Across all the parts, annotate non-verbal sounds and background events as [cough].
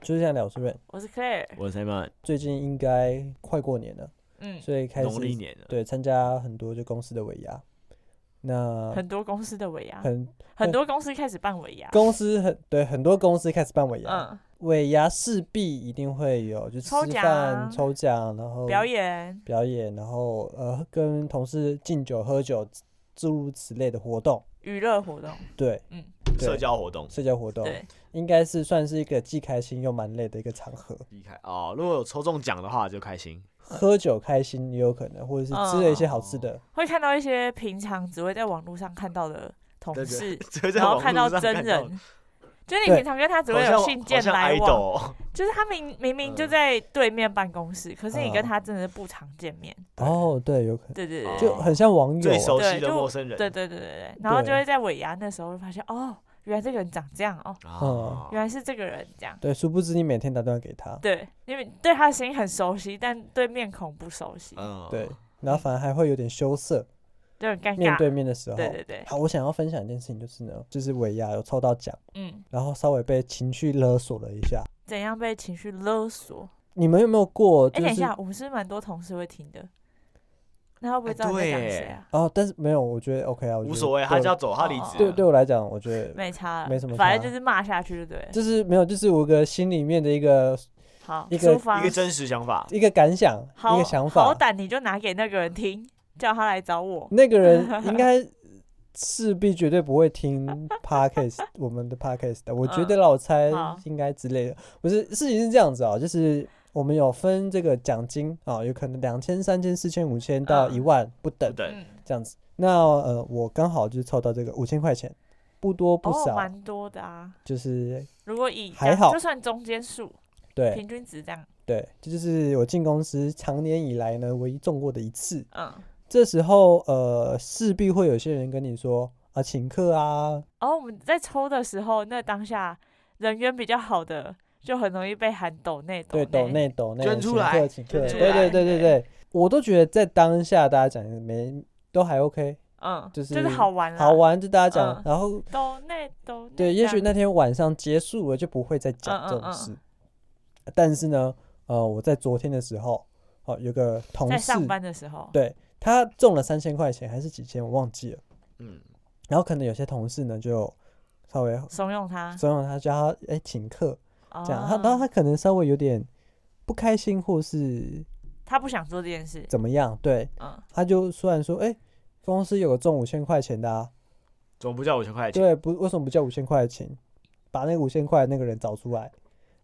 就是这样聊，是不是？我是 Claire，我是 Simon，最近应该快过年了，嗯，所以开始农历年了，对参加很多就公司的尾牙，那很多公司的尾牙，很很多公司开始办尾牙，公司很对很多公司开始办尾牙，嗯，尾牙势必一定会有，就吃抽饭、奖抽奖，然后表演，表演，然后呃跟同事敬酒、喝酒，诸如此类的活动，娱乐活动，对，嗯对，社交活动社交活动，对，应该是算是一个既开心又蛮累的一个场合。离开哦。如果有抽中奖的话就开心， [laughs] 喝酒开心也有可能，或者是吃了一些好吃的，会看到一些平常只会在网络上看到的同事，只会在然后网看络到上真看人，就是你对平常跟他只好会有像信件好像来 idol 往，哦就是他明明明就嗯在对面办公室，可是你跟嗯他真的是不常见面，嗯哦，对，有可能对对哦对，就很像网友最啊，熟悉对的就陌生人，对对对对对，然后就对会在尾牙那时候会发现，哦，原来这个人长这样，哦，啊，原来是这个人这样。对，殊不知你每天打电话给他，对，因为对他的声音很熟悉，但对面孔不熟悉，嗯对，然后反而还会有点羞涩，就很尴面尬。对面的时候。对对对，好，我想要分享一件事情，就是呢，就是尾牙有抽到奖，嗯，然后稍微被情绪勒索了一下。怎样被情绪勒索？你们有没有过？哎、就等一是下，我们是不是蛮多同事会听的，那会不会哎知道你在讲对谁啊？哦，但是没有，我觉得 OK 啊，我觉无得所谓，对他我就要走，他离职，对对，我来讲，我觉得没差了，没什么反差正就是骂下去就对了。就是没有，就是我个心里面的一个好，一个抒发一个真实想法，一个感想，一好个想法。好歹你就拿给那个人听，叫他来找我。那个人应该势必绝对不会 [laughs] 听 podcast 我们的 podcast 的，我觉得啦，我猜嗯好应该之类的。不是，事情是这样子啊、就是我们有分这个奖金啊、有可能两千、三千、四千、五千到嗯一万不等对不对，嗯，这样子。那呃，我刚好就凑到这个五千块钱，不多不哦，少，蛮多的啊。就是如果以还这样好就算中间数，对平均值这样，对，这就是我进公司常年以来呢唯一中过的一次。嗯。这时候呃，势必会有些人跟你说啊，请客啊，然哦后我们在抽的时候，那当下人缘比较好的，就很容易被喊抖内对，抖内。内抖内，捐出请来客请客，捐对出对来对对对，我都觉得在当下大家讲没都还 OK，嗯，就就是是好玩啦，好玩就大家讲，嗯然后抖内抖内这对，样。也许那天晚上结束了就不会再讲嗯这嗯种嗯事，但是呢，呃，我在昨天的时候，哦，有个同在事，上班的时候，对他中了三千块钱还是几千，我忘记了，嗯，然后可能有些同事呢就稍微怂恿他怂恿他叫他哎、请客哦这样，他然后他可能稍微有点不开心或是他不想做这件事，怎么样，对。嗯，他就突然说：“哎、公司有个中五千块钱的啊，怎么不叫五千块钱？对，不为什么不叫五千块钱？把那个五千块那个人找出来，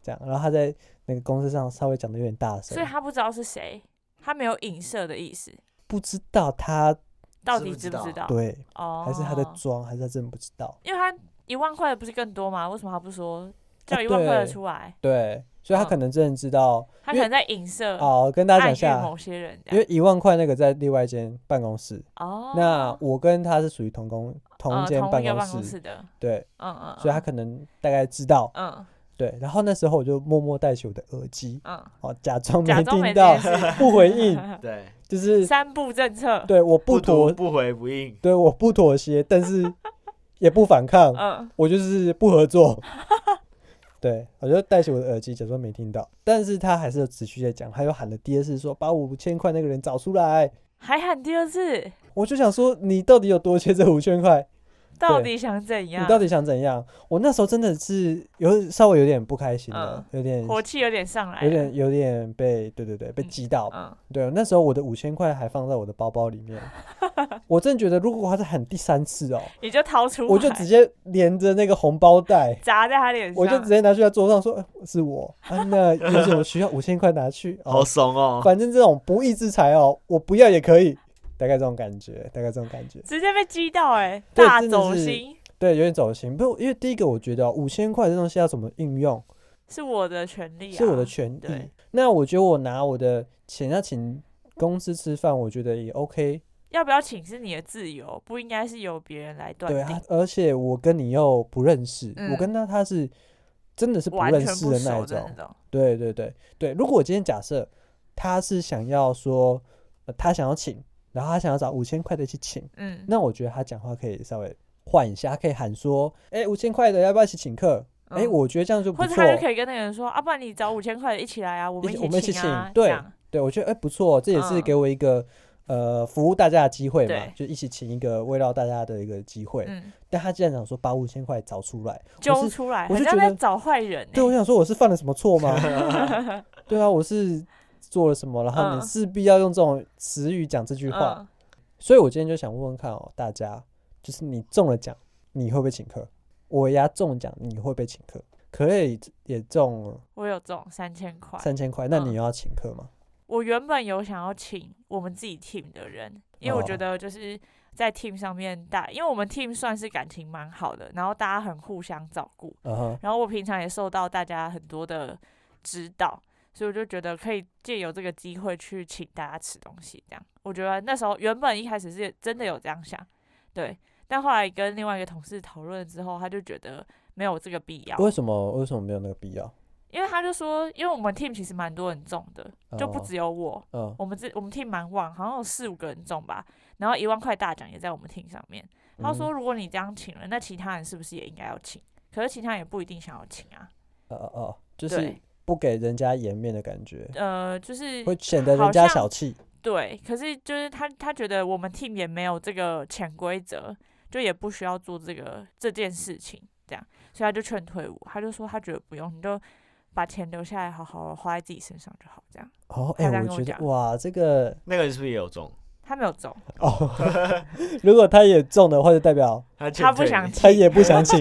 这样。”然后他在那个公司上稍微讲的有点大声所以，他不知道是谁，他没有影射的意思，不知道他到知底不知知不知道道？对哦，还是他在装，还是他真的不知道？因为他一万块的不是更多吗？为什么他不说叫啊一万块的对出来？对，所以他嗯可能真的知道他因可为能在影射哦。跟大家讲一暗喻下，某些人这因样。为一万块那个在另外一间办公室，哦，那我跟他是属于同工同呃间同办一个公办公室，室的，对，嗯嗯，所以他嗯可能大概知道。嗯对，然后那时候我就默默戴起我的耳机，嗯，哦，假装假没装没听这到件，事。 [laughs] 不回应，啊对，就是 [laughs] 三步政策，对我不不妥读，不回不应，对我不妥协，但是也不反 [laughs] 抗，嗯，我就是不合作。 [laughs] 对，我就戴起我的耳机，假装没听到，但是他还是有持续在讲，他又喊了第二次说把五千块那个人找出来。还喊第二次，我就想说，你到底有多缺这五千块？到对底想怎你样？到底想怎样？我那时候真的是有稍微有点不开心了，有点嗯火气有点上来了，有点有点被对对对被激到，嗯，对，啊那时候我的五千块还放在我的包包里 [laughs] 面，我真的觉得如果他再喊第三次哦，你就掏出来，我就直接连着那个红包袋，砸在他脸上，我就直接拿去他桌上说、呃是我啊，那有什么需要五千块拿去好哦，怂哦，反正这种不义之财哦，我不要也可以，大概这种感觉，大概这种感觉，直接被击到，哎，对大真的走是心，对，有点走心。不，因为第一个我觉得哦五千块这东西要怎么运用，是我的权利啊，是我的权利对。那我觉得我拿我的钱要请公司吃饭，我觉得也 OK。要不要请是你的自由，不应该是由别人来断对定啊，，而且我跟你又不认识，我嗯跟他他是真的是不完认全识不那一熟的种那。种，对对对对，如果我今天假设他是想要说、呃他想要请，然后他想要找五千块的去请，嗯那我觉得他讲话可以稍微换一下，他可以喊说：“哎、五千块的要不要一起请客？”哎、嗯我觉得这样就不或者错他就。可以跟那个人说，啊，不然你找五千块的一起来啊，我们一起一我们一起请啊，请对这样对，我觉得哎、不错，这也是嗯给我一个、呃服务大家的机会嘛对，就一起请一个慰劳大家的一个机会。嗯，但他竟然想说把五千块找出来，我揪是出来，我好是像觉在得找坏人欸。对我想说我是犯了什么错吗？ [laughs] 对啊，我是做了什么？然后你嗯势必要用这种词语讲这句话。嗯所以我今天就想问问看哦，大家就是你中了奖，你会不会请客？我呀中奖，你会不会请客？可乐也中了我有中三千块，三千块，那你又嗯要请客吗？我原本有想要请我们自己 team 的人，因为我哦觉得就是在 team 上面大，因为我们 team 算是感情蛮好的，然后大家很互相照顾，嗯哼，然后我平常也受到大家很多的指导，所以我就觉得可以借由这个机会去请大家吃东西，这样。我觉得那时候原本一开始是真的有这样想，对，但后来跟另外一个同事讨论之后，他就觉得没有这个必要，为什么为什么没有那个必要？因为他就说，因为我们 team 其实蛮多人中的，就不哦只有我，嗯，我们这我们 team 蛮旺，好像有四五个人中吧，然后一万块大奖也在我们 team 上面。他说，嗯，如果你这样请了，那其他人是不是也应该要请？可是其他人也不一定想要请啊。哦哦哦，就是对，不给人家颜面的感觉，呃，就是会显得人好家像小气。对，可是就是他他觉得我们 team 也没有这个潜规则，就也不需要做这个这件事情，这样，所以他就劝退我，他就说他觉得不用，你就把钱留下来，好好地花在自己身上就好，这样。哦，他哎、这样跟我我觉讲得哇，这个那个人是不是也有中？他没有中，哦， [laughs] 如果他也中的话，就代 [laughs] 表他他他不想他请，也不想 [laughs] 请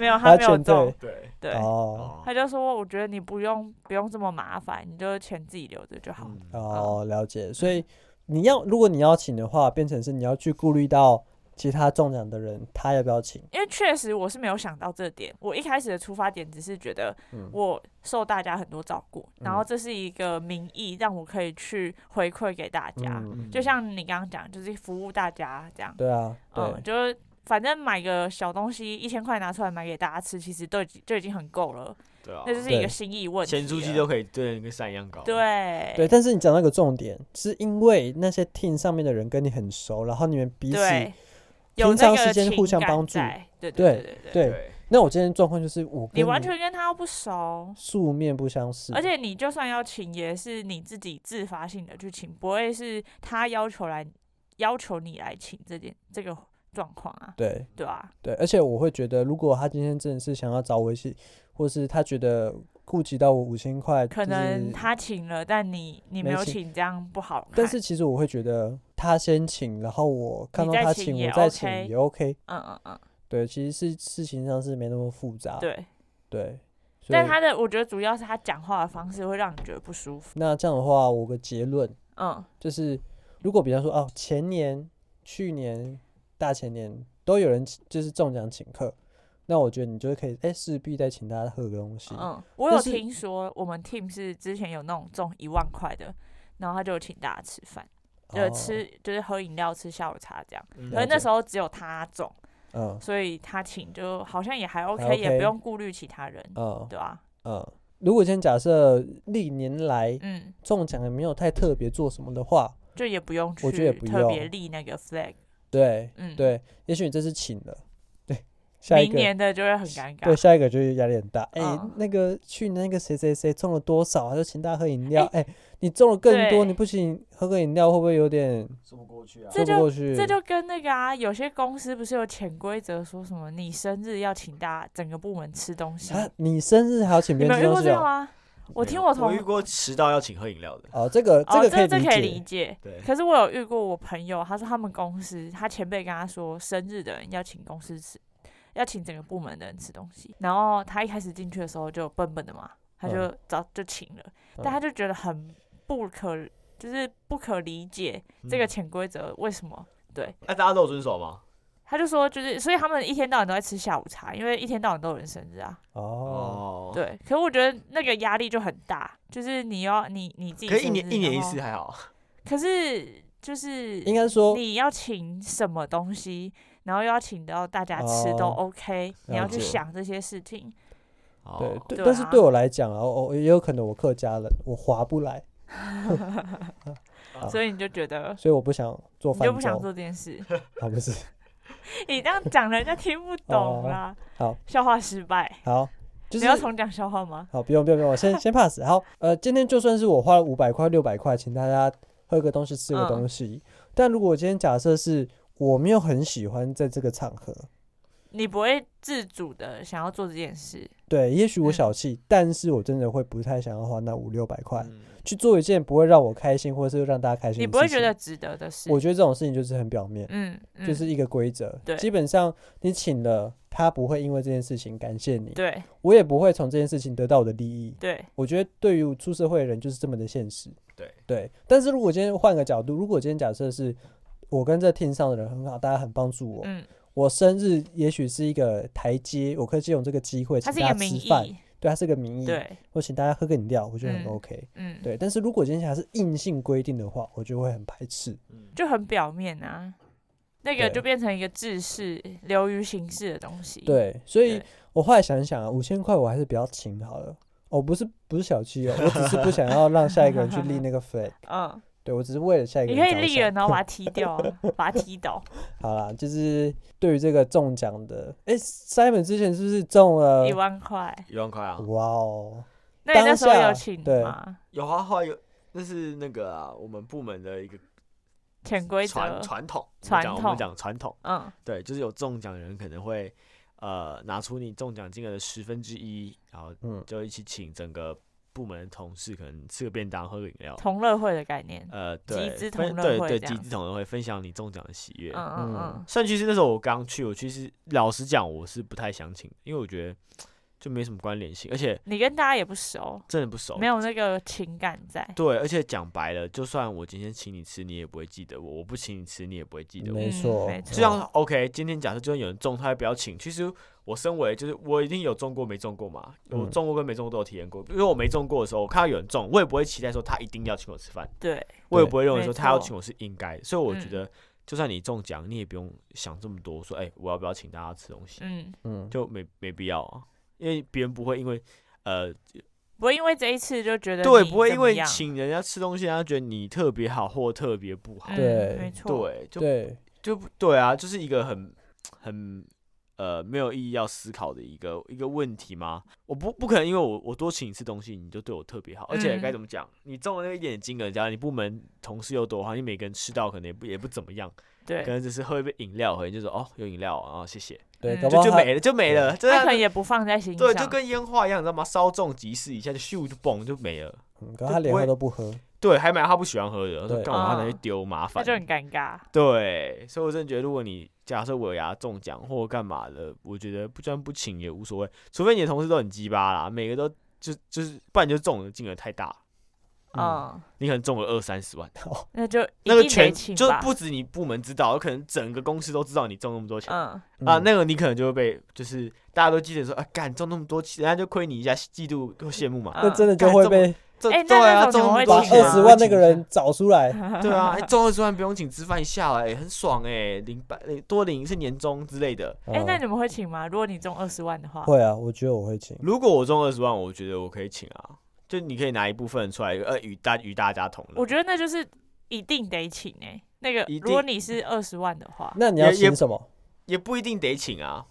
没有他没有劝退中，对对。哦他就说：“我觉得你不用不用这么麻烦，你就钱自己留着就好。嗯哦，了解。所以你要如果你要请的话，变成是你要去顾虑到其他中奖的人，他要不要请？因为确实我是没有想到这点，我一开始的出发点只是觉得嗯我受大家很多照顾，嗯然后这是一个名义，让我可以去回馈给大家。嗯啊就像你刚刚讲，就是服务大家这样，对啊，对，嗯，就是反正买个小东西一千块拿出来买给大家吃，其实都已经就已经很够了，对啊，那就是一哦对个心意问题了。咸猪鸡都可以对人跟山一样高。，对对。但是你讲到一个重点，是因为那些 team 上面的人跟你很熟，然后你们彼此对，有平那常个时间情互相感帮助在，对对对对。对。对那我今天状况就是我跟你完全跟他又不熟，素面不相识，而且你就算要请，也是你自己自发性的去请，不会是他要求来要求你来请这件这个状况啊，对对啊，对，而且我会觉得，如果他今天真的是想要找我一起，或是他觉得顾及到我五千块，可就能是他请了，但你你没没有请请，这样不好看。但是其实我会觉得他先请，然后我看你到再他请请，也我再 OK 请也 OK。嗯嗯嗯，对，其实是事情上是没那么复杂。对。对，所但以他的我觉得主要是他讲话的方式会让你觉得不舒服。那这样的话，我有个结论嗯，就是，如果比方说哦，前年、去年、大前年都有人请就是中奖请客，那我觉得你就可以哎势必再请大家喝个东西。嗯，我但有是听说我们 team 是之前有那种中一万块的，然后他就请大家吃饭，就哦吃就是喝饮料、吃下午茶这样。嗯了而那解时候只有他中，嗯所以他请就好像也还 OK，, OK 也不用顾虑其他人，嗯对吧、嗯。如果今天假设历年来嗯，中奖也没有太特别做什么的话，就也不用去我觉得也不特别用立那个 flag，对，嗯，，对，也许你这次请了，对，下一明个，年的就会很尴对，尬。下一个就是压力很大。哎、嗯那个去年那个谁谁谁中了多少啊，就请大家喝饮料。哎、你中了更多，你对不请喝个饮料，会不会有点说不过去啊说这不就过去？这就跟那个啊，有些公司不是有潜规则，说什么你生日要请大家整个部门吃东西，啊，你生日还要请你别人们吃有遇过东这西个哦。吗？我听我我同遇过迟到要请喝饮料的，哦，这个哦，个这可以理可以解，理解。对，可是我有遇过我朋友，他说他们公司他前辈跟他说，生日的人要请公司吃，要请整个部门的人吃东西。然后他一开始进去的时候就笨笨的嘛，他嗯就早就请了，但他就觉得很不可，就是不可理解这个嗯潜规则为什么。对，那大家都有遵守吗？他就说就是，所以他们一天到晚都在吃下午茶，因为一天到晚都有人生日啊。哦，哦，对，可我觉得那个压力就很大，就是你要你你自己可是一生年日一年然一后次还好，可是就是应该说你要请什么东西，然后又要请到大家吃都哦 OK，、你了要去解想这些事情。对哦，对，对但是啊对我来讲啊，哦，也有可能我客家人，我划不来，啊所以你就觉得所以我不想哦做你饭就不想桌做这件事， [laughs] 啊，不是，你这样讲人家听不懂啦，哦好笑话失败。好，就是你要重讲笑话吗？好，不用不用不用，我 [laughs] 先先 pass。好，呃，今天就算是我花了五百块、六百块，请大家喝个东西、吃个嗯东西，但如果今天假设是我没有很喜欢在这个场合，你不会自主的想要做这件事，对，也许我嗯小气，但是我真的会不太想要花那五六百块嗯去做一件不会让我开心，或是让大家开心的你不会事情觉得值得的事。我觉得这种事情就是很表面，嗯，嗯就是一个规则。对基本上你请了他不会因为这件事情感谢你，对我也不会从这件事情得到我的利益。对，我觉得对于出社会的人就是这么的现实。对对，但是如果今天换个角度，如果今天假设是我跟这 team 上的人很好，大家很帮助我，嗯，我生日也许是一个台阶，我可以借用这个机会它请是一大个家名吃饭，义，对，它是个名义，对，或请大家喝个饮料，我觉得很嗯 OK。嗯，对，但是如果今天还是硬性规定的话，我就会很排斥。嗯就很表面啊，那个对就变成一个制式、流于形式的东西。，对，所以对我后来想一想啊，五千块我还是比较请好了。我、不是不是小气哦，我只是不想要让下一个人去立那个 flag，嗯，对我只是为了下一个你人可以着立想人，然后把它踢掉 [laughs] 啊，把它踢倒。好啦，就是对于这个中奖的，哎、s i m o n 之前是不是中了一？万块，一万块啊，哇哦，那你那当时候下有请对吗？有啊，后来有，那是那个啊，我们部门的一个潜规则传，传统，我传们讲我统们讲传统，嗯，对，就是有中奖的人可能会呃拿出你中奖金额的十分之一，然后嗯，就一起请整个部门的同事可能吃个便当，喝个饮料，同乐会的概念。呃，对，集资分同乐对会对，这集样资同乐会分享你中奖的喜悦。嗯嗯嗯，算其实那时候我刚去，我其实老实讲，我是不太想请，因为我觉得就没什么关联性，而且你跟大家也不熟，真的不熟。没有那个情感在。对，而且讲白了，就算我今天请你吃，你也不会记得我；我不请你吃，你也不会记得我。没嗯错，没就像 OK，今天假设就算有人中，他也不要请。其实我身为就是我一定有中过没中过嘛，我嗯中过跟没中过都有体验过。因为我没中过的时候，我看到有人中，我也不会期待说他一定要请我吃饭，对，我也对不会认为没说他要错请我是应该的。所以我觉嗯得，就算你中奖，你也不用想这么多，说哎、我要不要请大家吃东西？嗯，嗯，就没没必要啊，因为别人不会因为呃，不会因为这一次就觉得对，你不会怎因么为样请人家吃东西，他觉得你特别好或特别不好，嗯对没错，对，就对，就不对啊，就是一个很很呃没有意义要思考的一个一个问题吗？我不不可能因为我我多请你吃东西，你就对我特别好，而且该嗯怎么讲，你中了那一点点金额，假如你部门同事又多的话，你每个人吃到可能也不也不怎么样，对可能只是喝一杯饮料，可能就说哦有饮料啊、哦谢谢，对，嗯搞不就好就他没了就没了，啊这他样可能也不放在心上。对，就跟烟花一样，你知道吗？稍纵即逝，一下就咻就嘣就没了。嗯搞不好就他不连喝会都不喝，对，还买他不喜欢喝的，他说对干嘛他拿去嗯丢，麻那烦。就很尴尬。对，所以我真的觉得，如果你假设尾牙中奖或干嘛的，我觉得不专不请也无所谓，除非你的同事都很鸡巴啦，每个都就就是，不然就中的金额太大，嗯嗯，你可能中了二三十万，哦那就一那个定得全请就吧不止你部门知道，有可能整个公司都知道你中那么多钱。嗯，啊，嗯那个你可能就会被，就是大家都记得说啊，干中那么多钱，人家就亏你一下，嫉妒或羡慕啊嘛。那嗯真的就干会这么被这哎那对啊，那种怎中么会把多请钱二啊十万那个请一下人找出来，对啊，哎、 [laughs] 中二十万不用请吃饭一下哎、很爽哎、领百多领一次年终之类的。哎，那嗯你们会请吗？如果你中二十万的话，会啊，我觉得我会请，如果我中二十万，我觉得我可以请啊，就你可以拿一部分出来，呃，与大与大家同乐。我觉得那就是一定得请哎。那个一，如果定你是二十万的话，那你要也也请什么？也不一定得请啊。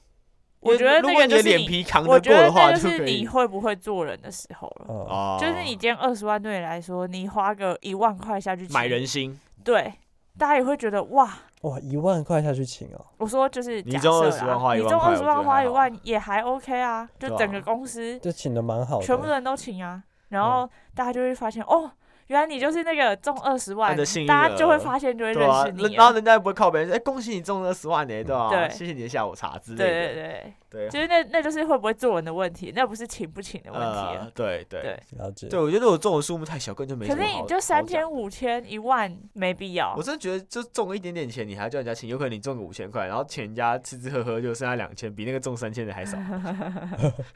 我觉得因为如那果个你就的是脸你，皮扛我得觉过得的话，那就就是可你以。会不会做人的时候了。嗯，哦就是你今天二十万对你来说，你花个一万块下去请买人，心，对，大家也会觉得哇，哇，一万块下去请哦，我说就是你假中设20啦万花一你万中块二我十觉万得花还一好万也还 OK 啊，就对嗯整啊个公司就请的蛮好的，全部人都请啊，然后大家就会发现哦，原来你就是那个中二十万按着幸，运大家就会额发现就会对啊认识，你然后了。人家也不会靠别人说，哎、恭喜你中了二十万呢、对吧、对谢谢你的下午茶之类对对的。对，对啊就是那那就是会不会做人的问题，那不是请不请的问题呃了。，对对对，了解，对，我觉得我中的数目太小，根本就没可什么是好。你就三好千、讲，五千、一万没必要我。真的觉得就中一点点钱，你还叫人家请，有可能你中个五千块，然后请人家吃吃喝喝就剩下两千，比那个中三千的还少。，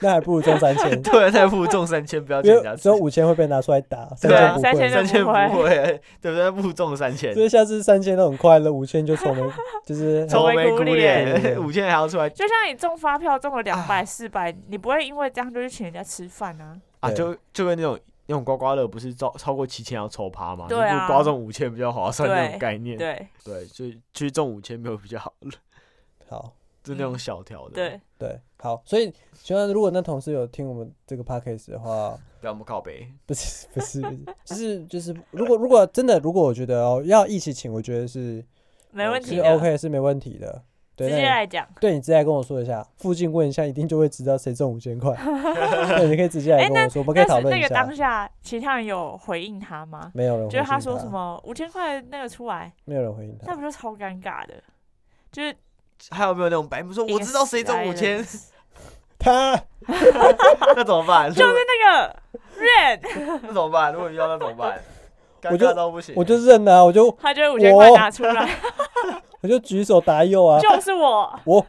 那还不如中三千 [laughs] 对啊，再不如中三千，不要请因人家为吃只有。五千会被拿出来打，三对啊千不三千会就。三千不不会，对不对？不如中三千所，以下次三千都很快乐，五千就从没 [laughs] 就是从愁眉眉苦苦脸脸，五千还要出来就像你中发票中了两百、四百，你不会因为这样就去请人家吃饭啊？啊！对就就跟那种那种刮刮乐，不是超超过七千要抽趴吗？对啊你不如刮中五千比较划算对那种概念。对，对，就其实中五千没有比较好。好，就那种小条的。，对，对，好，所以希望如果那同事有听我们这个 podcast 的话，不要那么靠背。不是不是，不是就是就是，如果如果真的，如果我觉得哦要一起请，我觉得是没问题是的。 OK 是没问题的。对，直那接你来讲，对你直接来跟我说一下，附近问一下，一定就会知道谁中五千块。 [laughs] 对，你可以直接来哎跟我说，我们可以但讨是论那一个下当。下，其他人有回应他吗？没有人回就应是他说什，么五千块那个出来，没有人回应他那。不就超尴尬的？就是还有没有那种白目说我知道谁中五千，他那怎么 [laughs] 办？就是那个 Red， [laughs] 那怎么办？如果遇到那怎么办？[laughs] 尴我就尬到不行。我就认了啊，我就他就五千块拿 [laughs] 出来，我就举手答右啊，就是我。我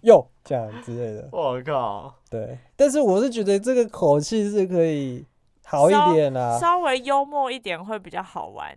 右这样之类的。我靠，对，但是我是觉得这个口气是可以好一点啊，稍微幽默一点会比较好玩，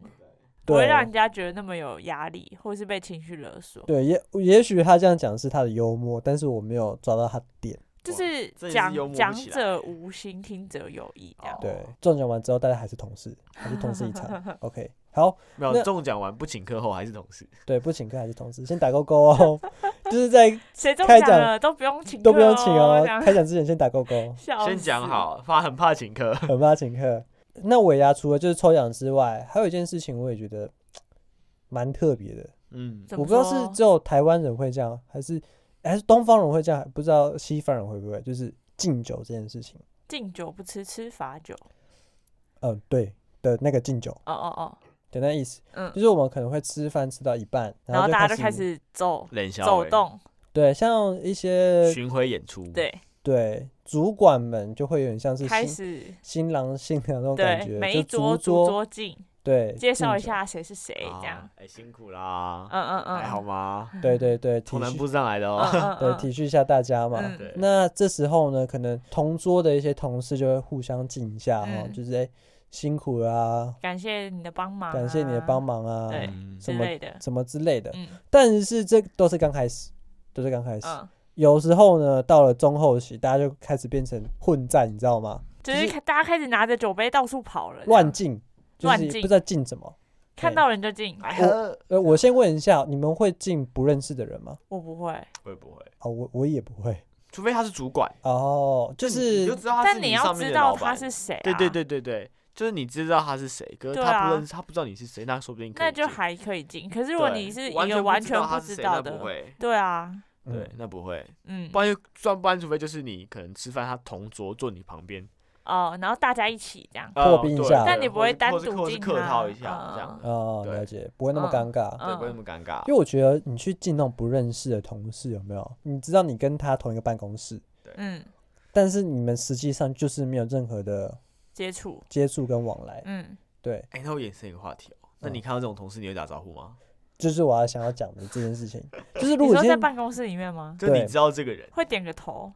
不会对让人家觉得那么有压力，或是被情绪勒索。对，也也许他这样讲是他的幽默，但是我没有抓到他的点。就是这也是讲幽默不讲起来者无心，听者有意这样。哦对，中奖完之后大家还是同事，还是同事一 [laughs] 场。OK，好，没那有中奖完不请客后还是同事，对，不请客还是同事，先打勾勾哦， [laughs] 就是在谁中开奖奖了都不用请客、都不用请哦这，样开奖之前先打勾勾， [laughs] 笑先讲死。好，怕很怕请 [laughs] 客。很怕请客。那尾牙除了就是抽奖之外，还有一件事情我也觉得蛮特别的，嗯，怎我么不知道说是只有台湾人会这样，还是还是东方人会这样，不知道西方人会不会，就是敬酒这件事情，敬酒不吃吃罚酒。嗯、对的那个敬酒，哦哦哦，简单意思，嗯就是我们可能会吃饭吃到一半，然后就大开家就开始走冷笑走欸动，对，像一些巡回演出，，对，嗯对主管们就会有点像是开新始新郎新娘那种感对觉，每就一桌桌逐桌敬，对介绍一敬酒下谁是谁这样啊。，哎，辛苦啦，嗯嗯嗯，还好吗？对对对，体从南恤部上来的嗯。哦。嗯嗯对体恤一下大家嘛。嗯对，那这时候呢，可能同桌的一些同事就会互相敬一下哈、嗯就是哎、辛苦了啊，感谢你的帮忙啊，感谢你的帮忙啊，对嗯什之么类的。什么之类的。嗯但是这都是刚开始，都是刚开始。嗯，有时候呢，到了中后期，大家就开始变成混战，你知道吗？就就是是看大家开始拿着酒杯到处跑了，这样乱敬，就啊乱是也敬不知道敬什么。看到人就敬。哎我呵啊呃，我先问一下，你们会敬不认识的人吗？我不会，会不会？哦，我我也不会。除非他是主管，哦，就你是就知道他是但你要上面知的道老他板。是谁、啊，对对，对对对，就是你知道他是谁，可是对他啊不认识，他不知道你是谁，那说不定可以那就接还可以进。可是对如果你是一完个完全不知知道道他是谁那不的，会，对啊，嗯对，那不会。嗯不，然就算不然，除非就是你可能吃饭，他同桌坐你旁边，哦，然后大家一起这样，破呃冰一对下但你不或会是单或是独或是进客他套一下嗯这样，哦，对了解，不会那么嗯尴尬。嗯对，不会那么尴尬因。为我觉得你去进那种不认识的同事，有没有？你知道你跟他同一个办公室，嗯，但是你们实际上就是没有任何的接触，接触跟往来。嗯，对，哎，那我衍生一个话题哦，那嗯你看到这种同事，你会打招呼吗？就就是是我要想要讲的这件事 [laughs] 情，就是如果你说今在天办公室里面吗？你对知道这个人，会点个头，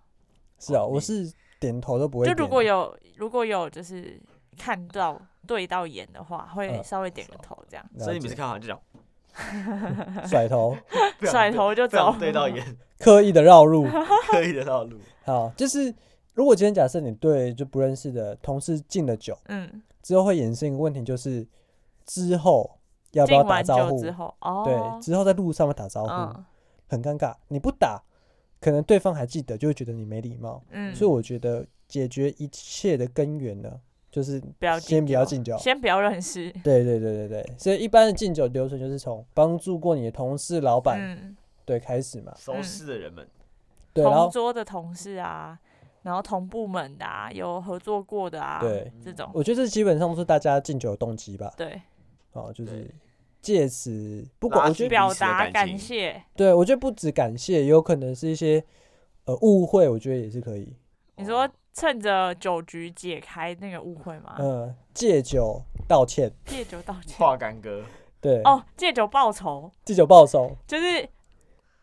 是啊，哦我是点头都不会就点的。啊如果有如果有就是看到对到眼的话，会嗯稍微点个头这样，了所以你每 [laughs] 解次看 [laughs] 完就讲甩头，不想甩对头就不想走，[laughs] 对到，眼，刻意的绕路，刻意的道路，好，就是如果今天假设你对就不认识的同事敬了酒嗯，之后，会衍生一个问题，就是之后要不敬要打完招酒呼之？后，哦对，，之后在路上要打招呼，嗯很尴尬。你不打，可能对方还记得，就会觉得你没礼貌。嗯，所以我觉得解决一切的根源呢，就是不要先敬不要哦酒敬酒。先不要认识，对对对对对，所以一般的敬酒流程就是从帮助过你的同事、老板、嗯，对开始嘛。熟识的人们，对，然同后桌的同事啊，然后同部门的啊，有合作过的啊，对，嗯这种，我觉得这基本上都是大家敬酒的动机吧。对，啊，就是对借此不管，我拉觉近得彼表此的达感感情谢。对我觉得不止感谢，也有可能是一些呃误会，我觉得也是可以。哦你说趁着酒局解开那个误会吗？嗯， [laughs] 借酒道歉，借酒道歉跨干戈，对，哦，借酒报仇，借酒报仇，就是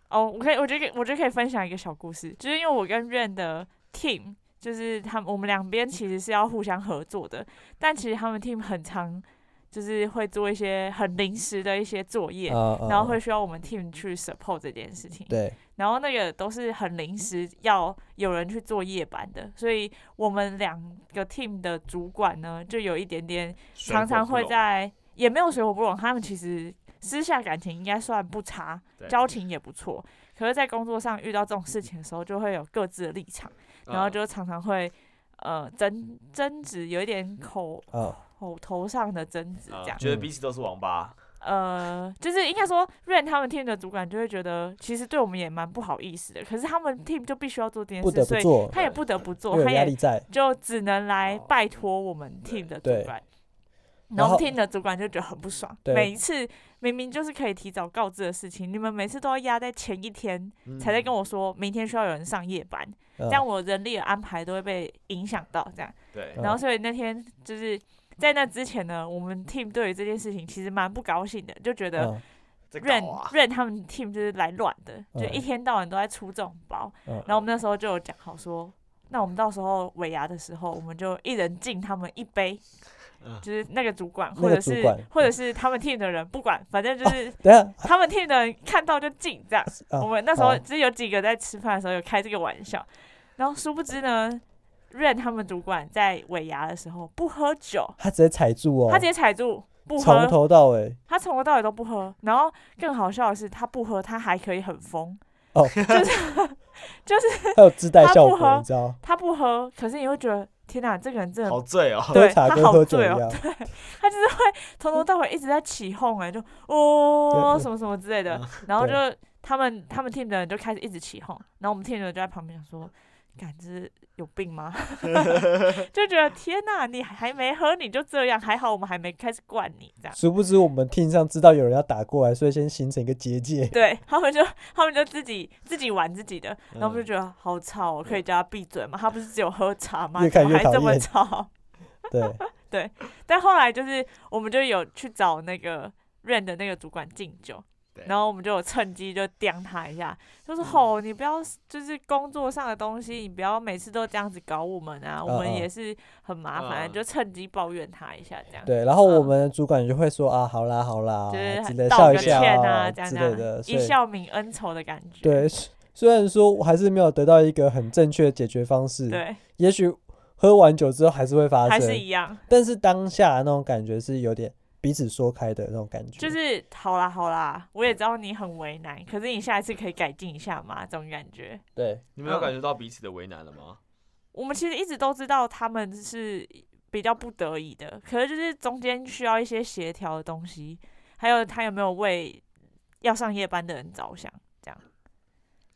哦，我可以，我觉得我觉得可以分享一个小故事，就是因为我跟 Rain 的 team，就是他们我们两边其实是要互相合作的，但其实他们 team 很常就是会做一些很临时的一些作业，啊、啊然啊后会需要我们 team 去 support 这件事情。对，然后那个都是很临时要有人去做夜班的，所以我们两个 team 的主管呢，就有一点点水常火常不会容在也没有水火不容，他们其实私下感情应该算不差，对交情也不错。可是，在工作上遇到这种事情的时候，就会有各自的立场，然后嗯就常常会呃争争执，有一点口啊，口头上的争执嗯这样。觉得彼此都是王八，呃，就是应该说，Rain 他们 team 的主管就会觉得，其实对我们也蛮不好意思的。可是他们 team 就必须要做这件不得事，所不以做，他也不得不因做，为有他压也力在，就只能来哦拜托我们 team 的主对管。然然后后 team 的主管就觉得很不爽，对每一次明明就是可以提早告知的事情，你们每次都要压在前一天才在跟我我说，明天需要有人上夜班，嗯这样我人力的安排都会被影响到。这样，对嗯然后所以那天就是在那之前呢，我们 team 对于这件事情其实蛮不高兴的，就觉得嗯在任搞啊，任他们 team 就是来乱的，就嗯一天到晚都在出这种包。嗯然后我们那时候就有讲好说，那我们到时候尾牙的时候，我们就一人敬他们一杯嗯。就是那个主管，那或个者主是管嗯或者是他们 team 的人，不管，反正就是等一下他们 team 的人看到就敬这样。啊我们那时候好只是有几个在吃饭的时候有开这个玩笑，然后殊不知呢，Rain 他们主管在尾牙的时候不喝酒，他直接踩住哦，他直接踩住不喝从，头到尾他从头到尾都不喝，然后更好笑的是，他不喝，他还可以很疯。哦就是还有自带他效不喝果，你知道，他不喝，可是你会觉得天哪，这个人真的好醉哦，喝对茶他跟好喝酒一醉哦样， [laughs] 他就是会从头到尾一直在起哄、哎，就哦对什么什么之类的，然后就他们他们 team 的人就开始一直起哄，然后我们 team 的人就在旁边想说，感知有病吗？ [laughs] 就觉得天哪，你还没喝你就这样，还好我们还没开始灌你这样。殊不知我们听上知道有人要打过来，所以先形成一个结界。 [laughs] [laughs] 对他们就他们就自己自己玩自己的，然后我们就嗯觉得好吵哦，可以叫他闭嘴吗？他不是只有喝茶吗？嗯越怎看越么还这讨么厌吵？对，但后来就是我们就有去找那个 Rain 的那个主管敬酒对，然后我们就有趁机就刁他一下，就嗯说吼、你不要就是工作上的东西，你不要每次都这样子搞我们啊，我们嗯也是很麻烦，嗯就趁机抱怨他一下这样。对，然后我嗯们主管就会说啊，好啦好啦，就之是类道笑个一歉笑啊，这样之这类样的，，一所以笑泯恩仇的感觉。对，虽虽然说我还是没有得到一个很正确的解决方式，对，也许喝完酒之后还是会发还是生，一样，但是当下那种感觉是有点彼此说开的那种感觉，就是好啦好啦，我也知道你很为嗯难，可是你下一次可以改进一下嘛，这种感觉。对，你们有感觉到彼此的为难了吗？我们其实一直都知道他们是比较不得已的，可是就是中间需要一些协调的东西，还有他有没有为要上夜班的人着想，这样，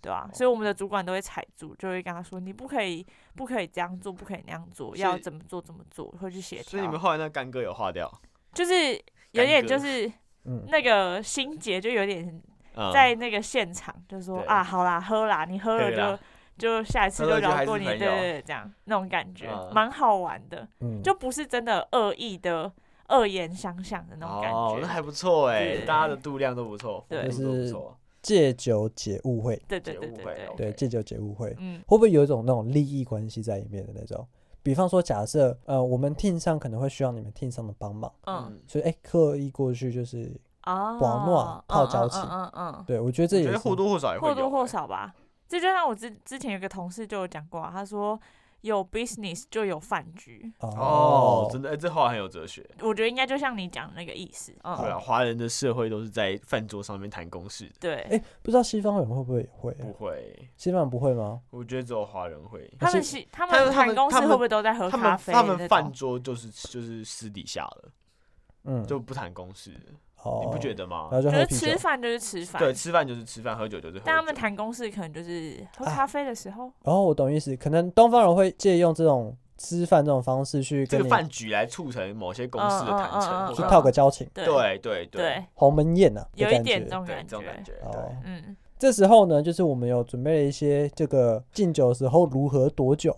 对哦吧、所以我们的主管都会踩住，就会跟他说：“你不可以，不可以这样做，不可以那样做，所以要怎么做怎么做，会去协所以你们调。后来那干哥有化掉，”就是有点干戈就是嗯，那个心结，就有点嗯在那个现场，就说对啊，好啦，喝啦，你喝了喝啦就就下一次喝就了就饶还过是你，朋对友对对，这样那种感觉嗯蛮好玩的，嗯就不是真的恶意的恶言相向的那种感哦，那觉。还不错哎，对大家的度量都不错，对幅度都不错，借酒解误会，对对对解对误会哦对了，对， OK 借酒解误会，嗯，会不会有一种那种利益关系在里面的那种？比方说，假设呃，我们 team 上可能会需要你们 team 上的帮忙，嗯所以哎、刻意过去就是，啊，寡诺泡脚气嗯嗯嗯对我觉得这我也觉是得或多或少也嗯，会或多有或欸少吧。这就像我之之前有个同事就有讲过啊，他说有 business 就有饭局，哦，真的，哎，这话很有哲学。我觉得应该就像你讲的那个意思。对嗯，啊，华人的社会都是在饭桌上面谈公事的，对，哎、不知道西方人会不会也会？不会，西方人不会吗？我觉得只有华人会。他可们是是他但们是他谈们公司他会们不会都在喝他咖们啡他那们种饭桌就是就是私底下了，嗯，就不谈公事了，哦，你不觉？得吗然？后就就喝是啤酒吃，饭就是吃饭，对，吃饭就是吃饭，喝酒就是喝酒。但他们谈公事可能就是喝啊咖啡的时候，然后我懂意思，可能东方人会借用这种吃饭这种方式去这跟个你饭局来促成某些公事的谈嗯嗯嗯嗯成，嗯去或套个交情，对对对对对鸿门宴呐、啊，有一点这这种对，感这种感觉，觉。哦对，。嗯，这时候呢，就是我们有准备了一些这个敬酒的时候如何躲 [laughs] 酒。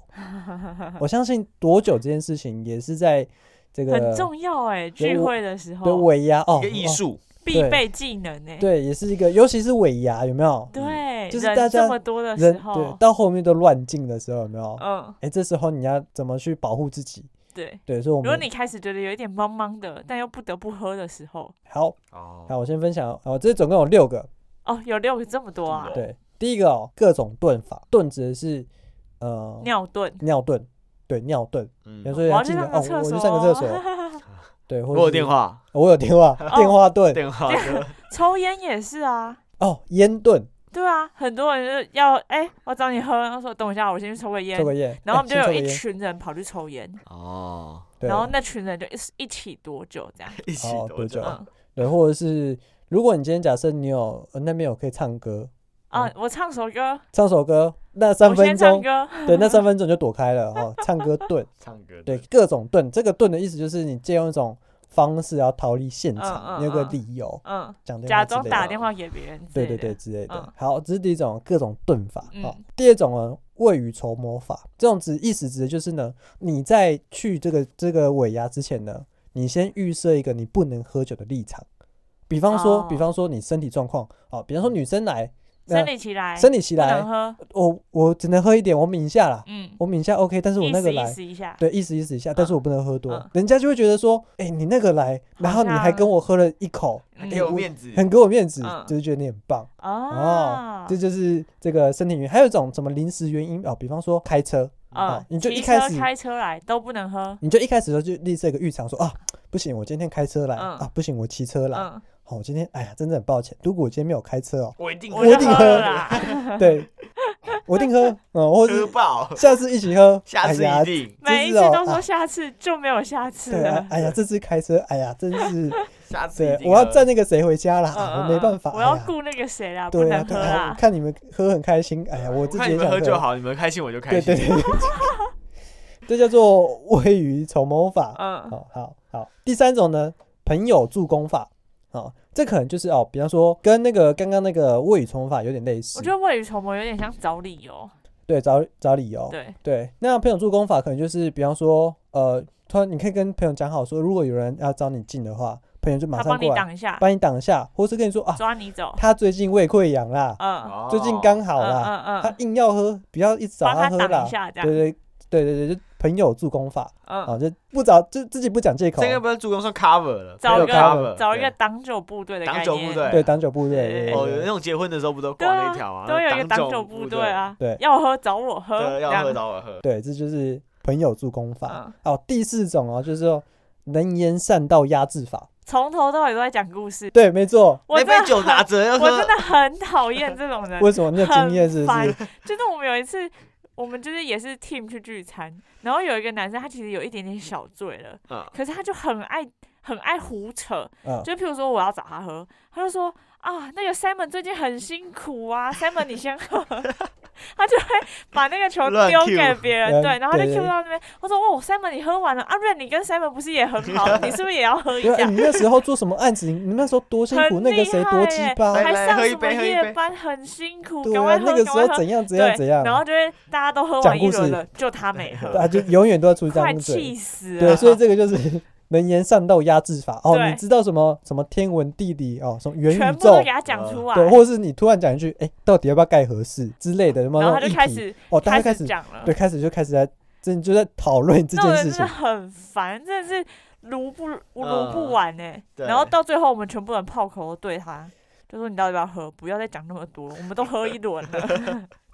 我相信躲酒这件事情也是在这个很重要哎，聚会的时啊对候尾牙哦，一个艺哦术，必备技能哎，对，也是一个，尤其是尾牙有没有？对，就是人大家这么多的人时对候，到后面都乱进的时候有没有？哎、嗯，这时候你要怎么去保护自己？对。对，所以我如果们你开始觉得有一点懵懵的，但又不得不喝的时候，好，哦，好，我先分享哦，这总共有六个，哦，有六个这么多啊这么，多对，第一个哦，各种盾法，盾指的是呃尿遁，尿遁，对尿遁，嗯比如，说我人家要去进来哦，上个我我厕所， [laughs] 去上个厕所，对，或我者有是电，话，哦 [laughs] 我有电话，电话盾， [laughs] 电话，抽烟也是啊，哦，烟炖对啊，很多人就是要哎、我找你喝，然后说等我一下，我先去抽个烟抽，个烟，然后我们哎就先有抽个一烟群人跑去抽烟，哦，对 [laughs] 然后那群人就一起一起多久这样，一起哦多久啊嗯，对，或者是如果你今天假设你有、呃那边有可以唱歌，啊，我唱首歌，唱首歌，那我嗯三先分唱钟，歌，对，那三 [laughs] 分钟你就躲开了哦，唱歌炖，唱歌的对，各种炖，这个炖的意思就是你借用一种方式要逃离现嗯场，嗯你有个嗯理由嗯，讲电话假之装类打的啊电话给别人，对对对，之类的嗯。好，这是第一种各种炖法。好嗯，第二种呢，未雨绸缪法。这种指意思指的就是呢，你在去这个这个尾牙之前呢，你先预设一个你不能喝酒的立场。比方说，比哦方说你身体状况，好，比方说女生来，那生理期来，生理期不能来，喝，我我只能喝一点，我抿一下啦，嗯，我抿一下 OK，但是我意那个思意来。思一下，对，意思意思一下，但是我不能喝多，嗯人家就会觉得说，哎、你那个来，然后你还跟我喝了一口，嗯，给我面子，，很哎给我面子，嗯就是觉得你很棒。哦哦，这就是这个身体原因，还有一种什么临时原因哦，比方说开车啊、啊哦，你就骑一开车始开车来都不能喝，你就一开始的时候就立这个预想说啊，不行，我今天开车来、嗯啊，不行，我骑车来，好、嗯，我今天哎呀，真的很抱歉，如果我今天没有开车哦 [laughs] 我一定我一就定喝喝了啦，对，我一定喝，嗯，或喝是爆，下次一起喝， [laughs] 下次哎一呀，定，每一这次是哦都说啊下次就没有下次对啊了，，哎呀，这次开车，哎呀，真 [laughs] 是下次一对，定喝。我要载那个谁回家啦，嗯我没办法，我哎要呀顾那个谁啦，不对啊，能对喝啊，我啦，看你们喝很开心，哎呀，我自己嗯看你也们想喝就好，你们开心我就开对心对。 [laughs] 对，这叫做未雨绸缪法。嗯好好好，第三种呢，朋友助攻法。好，这可能就是哦，比方说跟那个刚刚那个未雨绸缪法有点类似我，觉得未雨绸缪有点像找理由，对，找找理由。对，对，那朋友助攻法可能就是，比方说，呃，突然你可以跟朋友讲好说，如果有人要找你进的话，朋友就马他上帮你过来挡一下，帮你挡一下，或是跟你说啊，抓你走，他最近胃溃疡啦，嗯，哦最近刚嗯好啦，嗯他嗯，硬要喝，不要一直找帮他喝挡啦一。下这对样，对对对对，就朋友助攻法。嗯，哦，就不找就自己不讲借口这，个不是助攻算 cover 了，找没有一个 cover，找一个对挡酒部队的概挡念，酒部队对，挡酒部队，对对哦，有对那种结婚的时候不都对挂啊那条啊，都有一个挡酒部队，啊，对要喝找我喝，对，这要样喝找我喝，对，这就是朋友助攻法嗯。哦，第四种哦，就是说能言善道压制法。从头到尾都在讲故事，对，没错。我那真的杯酒拿很，[laughs] 着要我真喝，的很讨厌这种人，为什么你有经验是嗯很不烦是？。就是我们有一次，我们就是也是 team 去聚餐，然后有一个男生他其实有一点点小醉了，嗯可是他就很爱很爱胡扯，嗯，就譬如说我要找他喝，他就说啊那个 Simon 最近很辛苦 [laughs] 啊，Simon 你先喝。他就会把那个球乱丢 cue 给别人，嗯对，然后就对 Q 到那边。我说：“哦，Simon，你喝完了啊？不然你跟 Simon 不是也很好？你是不是也要喝一对下啊，？”你那时候做什么案子？你你那时候多辛苦，很那个谁厉害多鸡耶巴。来还来上喝一什么杯喝一夜杯班很辛苦，对赶啊快，喝，那个时赶快候喝。怎样怎样对，怎样，然后就会大家都喝讲完一故轮事了，就他没喝，对啊，就永远都要出一快张气嘴。死对，了。所以这个就是 [laughs] 能言善道压制法。哦，对你知道什么什么天文地理哦，什么元全宇部都宙给，他讲出来，对，或者是你突然讲一句，哎，到底要不要盖合适之类的，有没有然后那他种就议开题？始哦，大家开始始讲了。对，开始就开始在真的就在讨论这那种件人事真的情。很烦，真的是撸不撸嗯不完呢。对然后到最后，我们全部人炮口都对他，就说你到底要不要喝，不要再讲那么多，我们都喝一轮 [laughs] 了。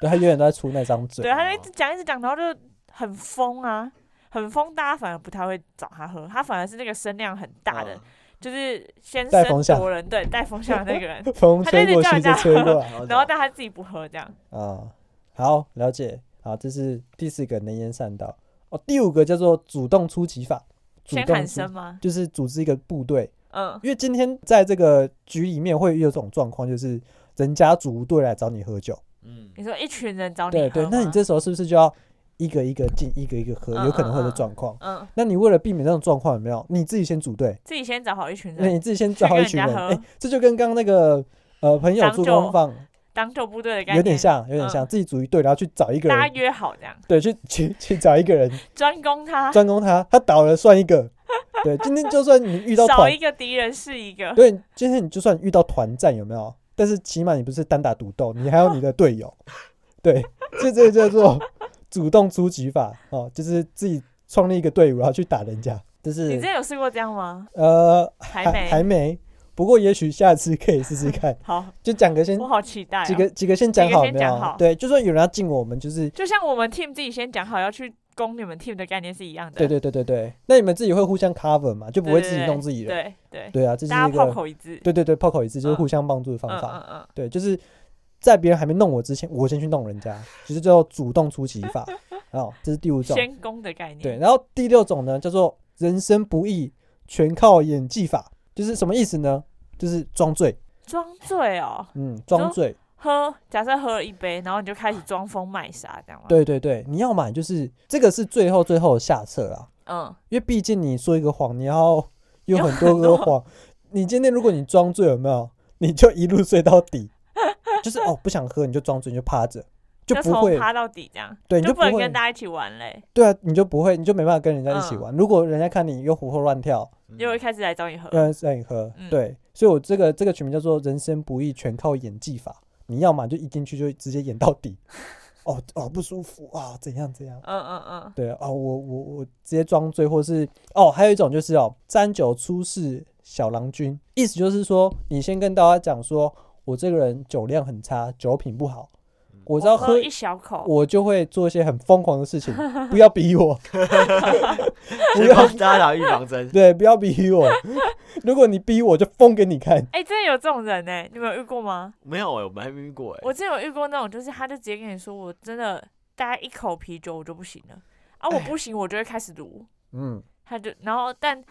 对他永远都在出那张嘴对，。他就一直讲一直讲，然后就很疯啊，很疯，大家反而不太会找他喝，他反而是那个声量很大的，嗯就是先带风声向夺人，对，带风向的那 [laughs] 个人，风他就一吹直过叫去人再家吹过来然然后但他自己不喝这样。啊。好，了解。好，这是第四个能言善道。哦，第五个叫做主动出击法。主先动喊出声吗？就是组织一个部队，嗯，因为今天在这个局里面会有这种状况，就是人家组队来找你喝酒。嗯，你说一群人哦找你对喝对，那你吗这时候是不是就要一个一个进，一个一个喝？嗯有可能会有嗯嗯状况。嗯，那你为了避免这种状况，有没有你自己先组队？自己先找好一群那人，你自己先找好一 [laughs] 群人，去跟人哎、家喝这就跟刚刚那个呃朋友挡助酒攻放当救部队的概念，有点像，有点嗯像，自己组一队，然后去找一个大家人，约好这样，对，去去去找一个 [laughs] 人专攻他，专攻他，他倒了算一个。对，今天就算你遇到少团一，个敌人是一个，对，今天你就算遇到团战有没有？但是起码你不是单打独斗，你还有你的队 [laughs] 友。对，这这个叫做 [laughs] 主动出击法哦，就是自己创立一个队伍，然后去打人家。就你之是前有试过这样吗？呃，还还没，还没，不过也许下次可以试 [laughs] 试看，好，就讲个先我好期待、哦。嗯几个几个先讲几个好有先没讲有好？对，就算有人要进我们，就是就像我们 team 自己先讲好要去攻你们 team 的概念是一样的。对对对对对，那你们自己会互相 cover 嘛，就对，不会自己弄自己人。对对对，对啊，这是大家一炮个口一致。对对对，炮口一致就是嗯互相帮助的方嗯法。嗯嗯，对，就是在别人还没弄我之前，我先去弄人家，就是叫主动出击 [laughs] 法。哦，这是第五种。先攻的概念。对，然后第六种呢叫做人生不易，全靠演技法，就是什么意思呢？就是装醉，装醉哦，嗯，装说醉。喝，假设喝了一杯，然后你就开始装疯卖傻，这样吗？，对对对，你要买就是这个是最后最后的下策啦，嗯，因为毕竟你说一个谎，你要有有很多很个多 [laughs] 谎。你今天如果你装醉有没有，你就一路醉到底，就是哦不想喝你就装醉你就趴着，就不从会趴到底这样，对你就就不能不会跟大家一起玩嘞，对啊，你就不会你就没办法跟人家一起嗯玩。如果人家看你又活蹦乱跳，嗯就会开始来找你喝。让让你喝，嗯对，所以我这个这个曲名叫做“人生不易，全靠演技法”。你要嘛就一进去就直接演到底，哦哦不舒服啊，怎样怎样。嗯嗯嗯，对哦，我我我直接装醉，或是哦，还有一种就是哦，沾酒出事小郎君，意思就是说，你先跟大家讲说，我这个人酒量很差，酒品不好，嗯我只要喝喝，哦一小口，我就会做一些很疯狂的事 [laughs] 情，不要逼我，不先要，[laughs] 帮大家打预防针对，不要逼我，如果你逼我，就疯给你看。哎，真的有这种人呢，你们有遇过吗？没有哎，我们还没遇过哎我，之前有遇过那种，就是他就直接跟你说，我真的大概一口啤酒我就不行了啊，我不行，我就会开始撸，嗯，他就然后但。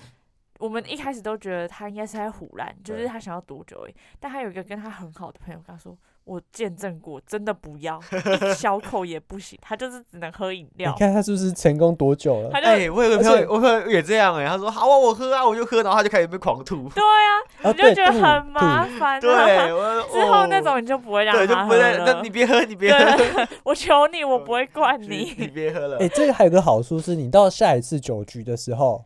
我们一开始都觉得他应该是在胡乱，就是对他想要多久而已。但他有一个跟他很好的朋友跟他说：“我见证过，真的不要一 [laughs] 小口也不行，他就是只能喝饮你料。看他是不是成功多久了？他就、[laughs] [laughs] 哎，我有个而且朋友，我朋友也这样哎，他说好啊，我喝啊，我就喝，然后他就开始被狂吐。 [laughs] 对啊，啊，你就对，觉得吐很吐麻烦、啊。嗯对，我 [laughs] 之后那哦种你就不会让对就他不喝会再，那了你。别喝，你别喝，对， [laughs] 我求你，我不会 [laughs] 惯你你。别喝 [laughs] 了哎、。这个还有个好处是，你到下一次酒局的时候，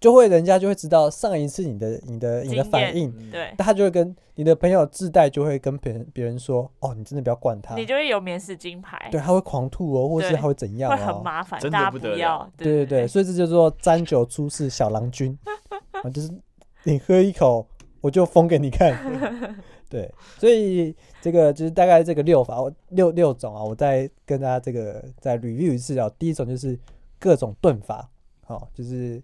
就会人家就会知道上一次你的你的你的经反验应，嗯， [laughs] 对，他就会跟你的朋友自带就会跟别人别人说，哦，你真的不要惯他你，就会有免死金牌，对，他会狂吐哦，或是对他会怎样会很哦，麻烦，真的大家不不得了要。对对对对，，所以这叫做沾酒出事小郎君， [laughs] 啊，就是你喝一口我就疯给你看， [laughs] 对，所以这个就是大概这个六法，我六六种啊，我再跟大家这个再 review 一次啊。第一种就是各种盾法，好、就是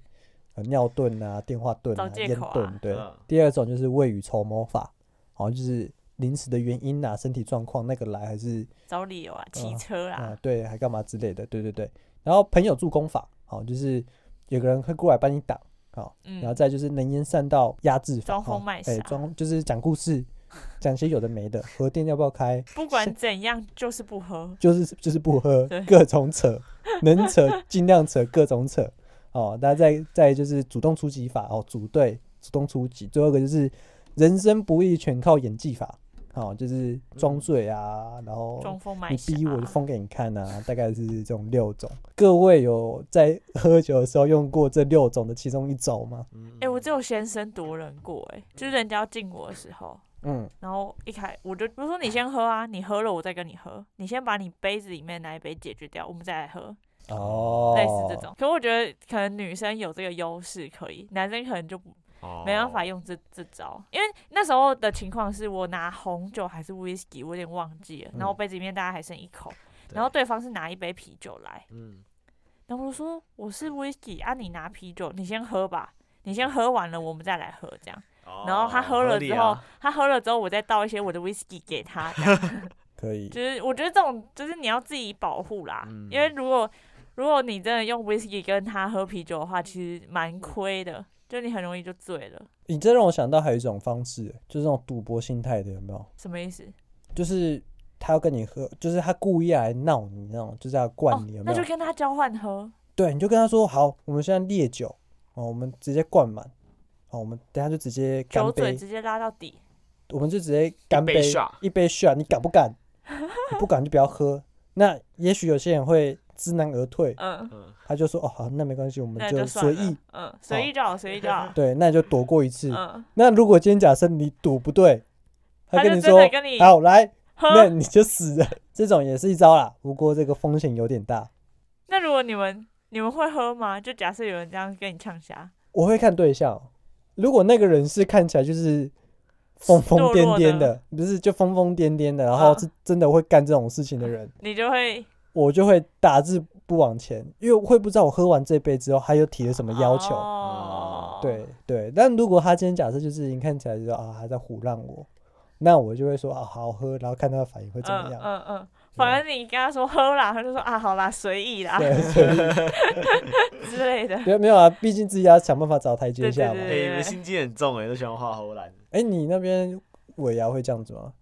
呃尿遁啊、电话遁找啊、借烟口遁啊，对。嗯第二种就是未雨绸缪法，好、就是临时的原因啊、身体状况那个来还是找理由啊，骑嗯车啊、啊，对，还干嘛之类的，对对对。然后朋友助攻法，好、就是有个人会过来帮你挡，好、然后嗯，再就是能言善道压制法，装疯哦卖哎傻装就是讲故事，讲些有的没的，核电要不要开，不管怎样就是不喝。就是就是不喝对，各种扯，能扯尽量扯，各种扯。哦，那再再就是主动出击法，哦，组队主动出击。最后一个就是人生不易，全靠演技法。哦，就是装嗯醉啊，然后装疯卖你傻，逼我就疯给你看啊，大概是这种六种。各位有在喝酒的时候用过这六种的其中一种吗？嗯哎、我只有先声夺人过、哎，就是人家要敬我的时候，嗯，然后一开我就我说你先喝啊，你喝了我再跟你喝，你先把你杯子里面那一杯解决掉，我们再来喝，哦，类似这种。可我觉得可能女生有这个优势，可以，男生可能就不没办法哦用这这招，因为那时候的情况是我拿红酒还是 whisky，我有点忘记了，然后嗯杯子里面大家还剩一口，对然后对方是拿一杯啤酒来，嗯，然后我就说我是 whisky 啊，你拿啤酒，你先喝吧。你先喝完了，我们再来喝这样。哦然后他喝了啊之后，他喝了之后，我再倒一些我的 whisky 给他，这样 [laughs] 可以。就是我觉得这种就是你要自己保护 [laughs] 啦，嗯因为如果如果你真的用 whisky 跟他喝啤酒的话，其实蛮亏的，就你很容易就醉了。你这让我想到还有一种方式，就是那种赌博心态的，有没有？什么意思？就是他要跟你喝，就是他故意要来闹你那种，就是要灌你，有没哦那有？就跟他交换喝，对，你就跟他说好，我们现在烈酒哦，我们直接灌满，哦，我们等一下就直接干酒嘴杯，直接拉到底。我们就直接干杯杯 shot，一杯 shot，你敢不 [laughs] 敢？你不敢就不要喝。那也许有些人会知难而退，嗯，嗯他就说哦好，那没关系，我们那就算随意了。。嗯，随意就好，随意就好。对，那你就躲过一次。嗯，那如果今天假设你赌不对，他他就跟你真说的跟你好来，那喝。你就死了。这种也是一招啦，不过这个风险有点大。那如果你们你们会喝吗？就假设有人这样跟你呛虾，我会看对象，哦如果那个人是看起来就是疯疯懦癫弱癫的的，不是就疯疯癫癫的，然后嗯是真的会干这种事情的人，你就会我就会打字不往前，因为会不知道我喝完这杯之后他又提了什么要求。哦对对，但如果他今天假设就是你看起来就说啊他在胡乱我，那我就会说啊好好喝，然后看他的反应会怎么嗯样。嗯嗯，反正你跟他说喝啦，他就说啊，好啦，随意啦对，所以 [laughs] 之类的。没没有啊，毕竟自己要想办法找台阶对下嘛。对哎、对你们心机很重哎、都喜欢画荷兰。哎、你那边尾牙会这样子吗？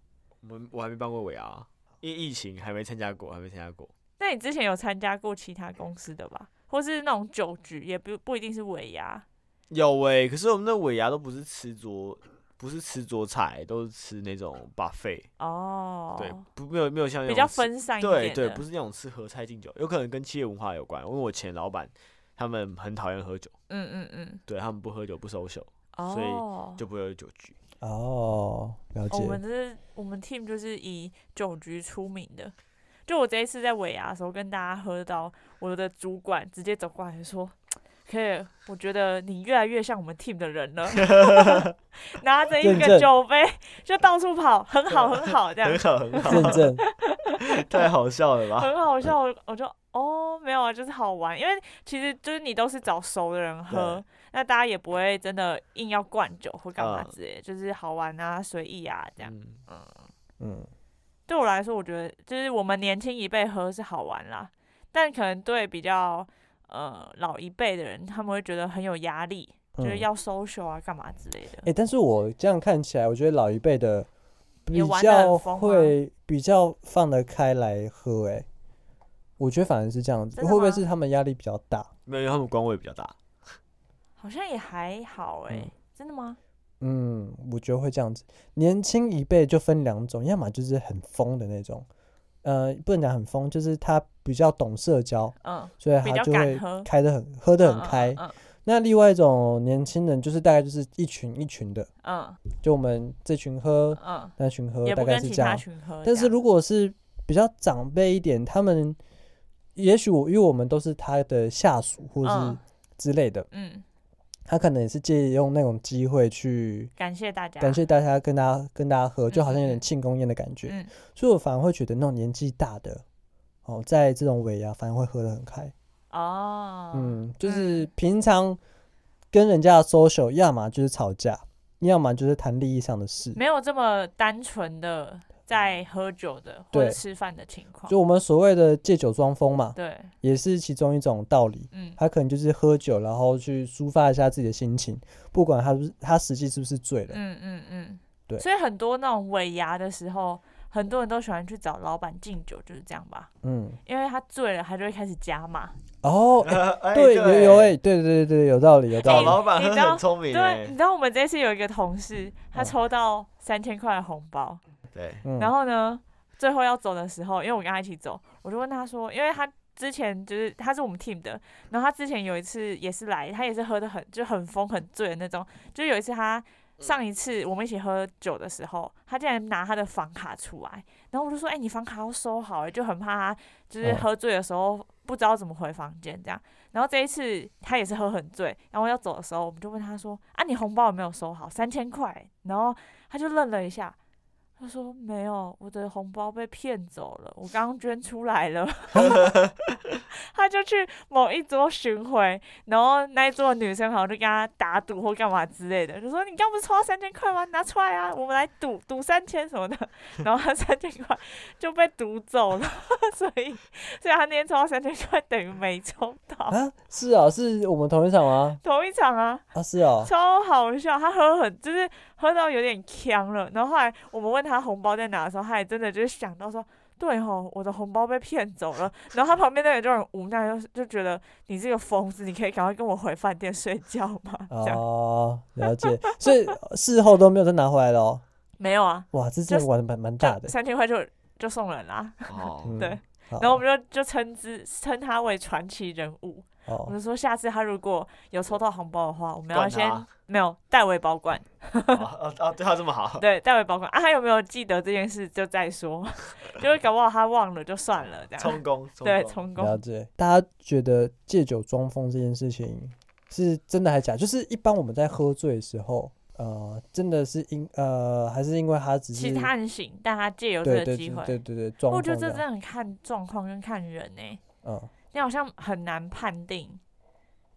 我们我还没办过尾牙，因为疫情还没参加过，还没参加过。那你之前有参加过其他公司的吧？或是那种酒局，也不不一定是尾牙。有哎、可是我们那尾牙都不是吃桌，不是吃桌菜，都是吃那种 buffet。哦，对，不没有没有像那比种较吃分散一对点对，的。不是那种吃合菜敬酒，有可能跟企业文化有关。因为我前老板他们很讨厌喝酒，嗯嗯嗯。对他们不喝酒不收手，哦，所以就不会有酒局。哦，了哦解我。们这是我们 team 就是以酒局出名的。就我这一次在尾牙的时候，跟大家喝到我的主管直接走过来说：“可以，我觉得你越来越像我们 team 的人 [laughs] 了。” [laughs] 拿着一认个证酒杯就到处跑，很好，很好，这样很好很好，认证，太好笑了吧？很好笑。我我就哦，没有啊，就是好玩，因为其实就是你都是找熟的人喝对，那大家也不会真的硬要灌酒或干嘛嗯之类的，就是好玩啊，随意啊 [laughs] 这样。嗯嗯，对我来说，我觉得就是我们年轻一辈喝是好玩啦，但可能对比较呃老一辈的人，他们会觉得很有压力，就是嗯要 social 啊，干嘛之类哎、的。但是我这样看起来，我觉得老一辈的比也玩得很较疯吗啊会比较放得开来喝、哎，我觉得反而是这样子，真的会不会吗是他们压力比较大？没有，因为他们官位比较大。好像也还好哎、嗯真的吗？嗯，我觉得会这样子。年轻一辈就分两种，要么就是很疯的那种，呃，不能讲很疯，就是他比较懂社交，嗯，所以比他较就敢会喝开的很喝的嗯很开。嗯那另外一种年轻人就是大概就是一群一群的，嗯就我们这群喝嗯，嗯那群喝，也呃大不概跟是其这他样。群喝这样。但是如果是比较长辈一点，他们也许我因为我们都是他的下属或是嗯之类的，嗯，他可能也是借用那种机会去感谢大家，感谢大家跟大家跟大家喝，就好像有嗯嗯点嗯庆功宴的感觉。嗯所以我反而会觉得那种年纪大的，哦，在这种尾牙反而会喝得很开。哦，嗯，就是平常跟人家的 social，要么就是吵架，要么就是谈利益上的事。没有这么单纯的在喝酒的或者对吃饭的情况。就我们所谓的借酒装疯嘛，对，也是其中一种道理。嗯他可能就是喝酒，然后去抒发一下自己的心情，不管他是不是他实际是不是醉了。嗯嗯嗯，对所以很多那种尾牙的时候，很多人都喜欢去找老板敬酒，就是这样吧。嗯，因为他醉了，他就会开始加码。哦，欸哎对，有有哎、对对对对，有道理有道找理。老板哎你喝知道很聪明对，哎你。知道我们这次有一个同事，他嗯抽到三千块的红包，对，嗯，然后呢，最后要走的时候，因为我跟他一起走，我就问他说，因为他之前就是他是我们 team 的，然后他之前有一次也是来，他也是喝的很就很疯很醉的那种，就有一次他上一次我们一起喝酒的时候，他竟然拿他的房卡出来，然后我就说，哎、你房卡要收好、欸，就很怕他就是嗯喝醉的时候。不知道怎么回房间这样，然后这一次他也是喝很醉，然后要走的时候，我们就问他说：“啊，你红包有没有收好？三千块。”欸然后他就愣了一下，他说没有，我的红包被骗走了，我刚刚捐出来了。 [laughs] 他就去某一桌巡回，然后那一桌的女生好像就跟他打赌或干嘛之类的，就说你刚不是抽到三千块吗？拿出来啊，我们来赌赌三千什么的。 [laughs] 然后他三千块就被赌走了，所以所以他那天抽到三千块等于没抽到。啊，是啊，是我们同一场吗？同一场啊，啊，是啊，超好笑，他喝很就是喝到有点呛了，然后后来我们问他红包在哪的时候，他也真的就是想到说，对吼，我的红包被骗走了。然后他旁边那个人就很无奈，就是就觉得你这个疯子，你可以赶快跟我回饭店睡觉吗？这样、哦，了解。所以事后都没有再拿回来了哦。没有啊，哇，这就真是的玩的蛮蛮大就的。三千块就就送人啦、哦，嗯对，好然后我们就就称之称他为传奇人物。我哦，们说下次他如果有抽到红包的话，我们要管先他没有代为保管。 [laughs] 哦哦，对他这么好，对，代为保管啊，他有没有记得这件事就再说， [laughs] 就是搞不好他忘了就算了这样。充公，充对，公成了功。解。大家觉得借酒装疯这件事情是真的还假？就是一般我们在喝醉的时候，呃，真的是因呃，还是因为他只是其他人行，但他借由这对个对机对会，对对对状我况觉这得这真样，的很看状况跟看人呢、嗯，你好像很难判定，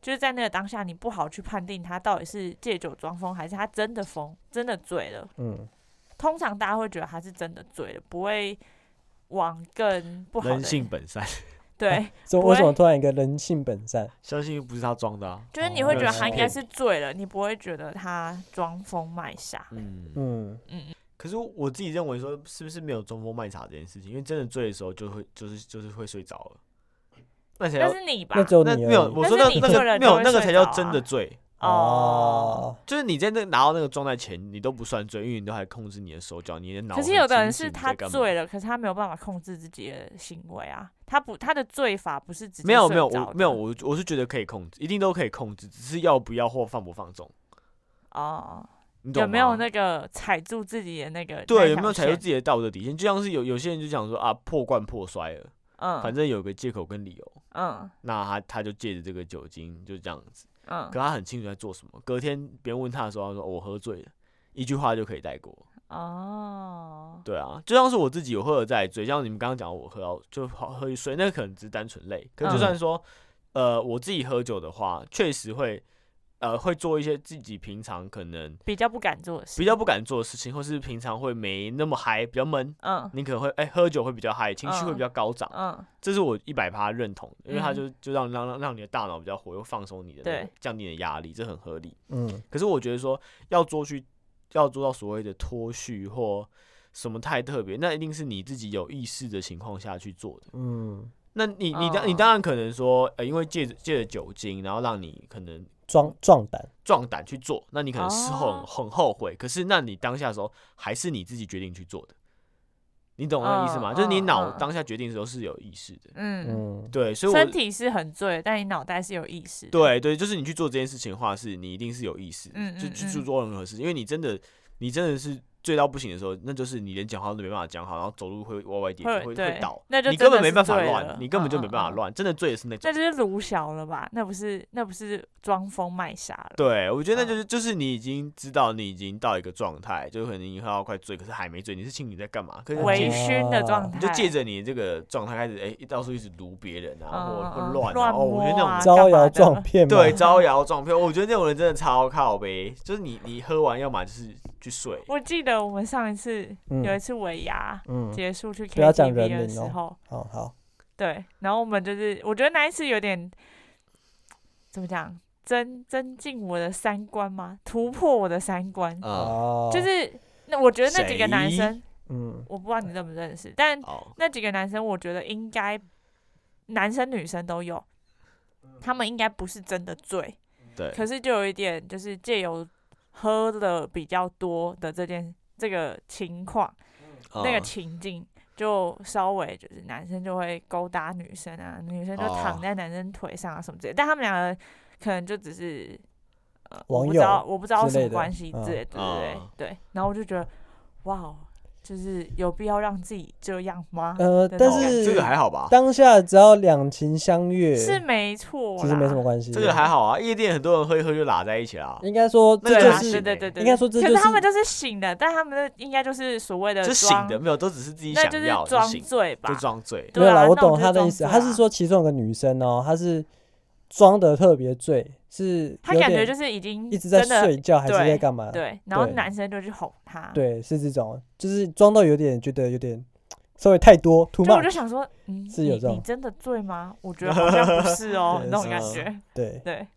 就是在那个当下，你不好去判定他到底是借酒装疯，还是他真的疯，真的醉了。嗯，通常大家会觉得他是真的醉了，不会往更不好人的性哦本善，对，所以不为什么会突然一个人性本善？相信不是他装的啊。就是你会觉得他应该哦是醉了，你不会觉得他装疯卖傻。嗯，嗯，嗯，可是我自己认为说，是不是没有装疯卖傻这件事情？因为真的醉的时候就会就是就是会睡着了。那才那叫是你吧那？只有那你没有，而已我说啊但那是你那做个了没就有会那个才睡叫着真的啊醉，哦。哦，就是你在那拿到那个状态前，你都不算醉，因为你都还控制你的手脚，你的可脑很清是醒。有的人是他你在干嘛醉了，可是他没有办法控制自己的行为啊。他不，他的醉法不是直接没有睡没有着我没有的我我是觉得可以控制，一定都可以控制，只是要不要或放不放纵，哦，你懂吗？有没有那个踩住自己的那个对有没有踩住住自己的道德底线？就像是有有些人就讲说啊破罐破摔了，嗯，反正有个借口跟理由，嗯那他他就借着这个酒精就这样子，嗯可他很清楚在做什么。隔天别人问他的时候，他说、哦我喝醉了，一句话就可以带过。哦，对啊，就像是我自己有喝了再醉，像你们刚刚讲我喝到就好喝一睡，那可能只是单纯累。可嗯就算说，呃，我自己喝酒的话，确实会，呃，会做一些自己平常可能比较不敢做的事，比较不敢做的事情，或是平常会没那么嗨，比较闷。嗯你可能会哎、喝酒会比较嗨，情绪会比较高涨，嗯这是我一百趴认同的，因为它嗯就就让让让让你的大脑比较活跃，放松你的、那个对，降低你的压力，这很合理。嗯可是我觉得说要做去要做到所谓的脱序或什么太特别，那一定是你自己有意识的情况下去做的。嗯，那你你当你哦当然可能说，呃，因为借着借着酒精，然后让你可能壮壮胆，壮胆去做，那你可能事后很哦很后悔。可是那你当下的时候还是你自己决定去做的，你懂我那个意思吗？嗯就是你嗯脑嗯当下决定的时候是有意识的，嗯，嗯，对，所以我身体是很醉，但你脑袋是有意识的，对对，就是你去做这件事情的话，是你一定是有意识的，嗯就嗯去去嗯做任何事，因为你真的你真的是醉到不行的时候，那就是你连讲话都没办法讲好，然后走路会歪歪跌会跌，会会对倒，那就你真根的本没是办法醉乱了，你根本就没办法嗯嗯嗯乱，真的醉的是那种那。就是卢小了吧？那不是那不是装疯卖傻了，对，我觉得那嗯就是就是你已经知道你已经到一个状态，就可能你喝到快醉，可是还没醉，你是清醒在干嘛？可是微你就醺的状态，哦嗯你就借着你这个状态开始，哎、到处一直撸别人啊，或或乱啊，乱哦，我觉得那摸种啊招干嘛摇的撞 [laughs] 骗嘛，对，招摇撞骗，我觉得那种人真的超靠呗。就是你，你喝完，要么就是去睡，我记得我们上一次、有一嗯次尾牙嗯，结束去不要讲 KTV 人的名时哦候，好好，对，然后我们就是我觉得那一次有点怎么讲，增增进我的三观嘛，突破我的三观，啊、哦，就是那我觉得那几个男谁生，嗯我不知道你认不认识，但哦，那几个男生，我觉得应该男生女生都有，他们应该不是真的醉，嗯对，可是就有一点就是借由喝的比较多的这件这个情况，那个嗯情境，就稍微就是男生就会勾搭女生啊，女生就躺哦在男生腿上啊什么之类的，但他们两个可能就只是呃，我网不知道友我不知道之什类么的关系之嗯类的，对对对哦对。然后我就觉得，哇，哦就是有必要让自己啊这样吗？呃，的但那种是这个还好吧，当下只要两情相悦，是没错啦，其实没什么关系，这个还好啊。夜店很多人喝一喝就拉在一起啦，应该说那这个就啦是对是对对对，应该说这可就是他们就是醒的，但他们的应该就是所谓的就装醒的，没有，都只是自己那想就是要就装醒，醉吧就，装醉。对没有啦，啊我那我懂就他的装意思，醉他是啊说其中有个女生哦，她是装的特别醉，是他有感觉点就是已经一直在真的睡觉还是对在干嘛？对，啊然后对男生就去哄他，对，是这种，就是装到有点觉得有点稍微太多，too 就我就 much。想说，嗯，是有你这种，你真的醉吗？我觉得好像不是哦对那种是啊感是觉。对对，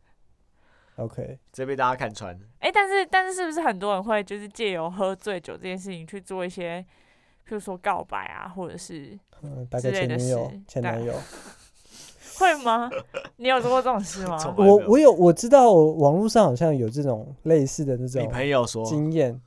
，OK，这被大家看穿，哎，但是但是是不是很多人会就是借由喝醉酒这件事情去做一些，譬如说告白啊，或者是嗯，大概之类前的女友事、前对男友，会吗？你有做过这种 [laughs] 事吗？从来没我有我有我知道，网络上好像有这种类似的那你种朋友说，经验，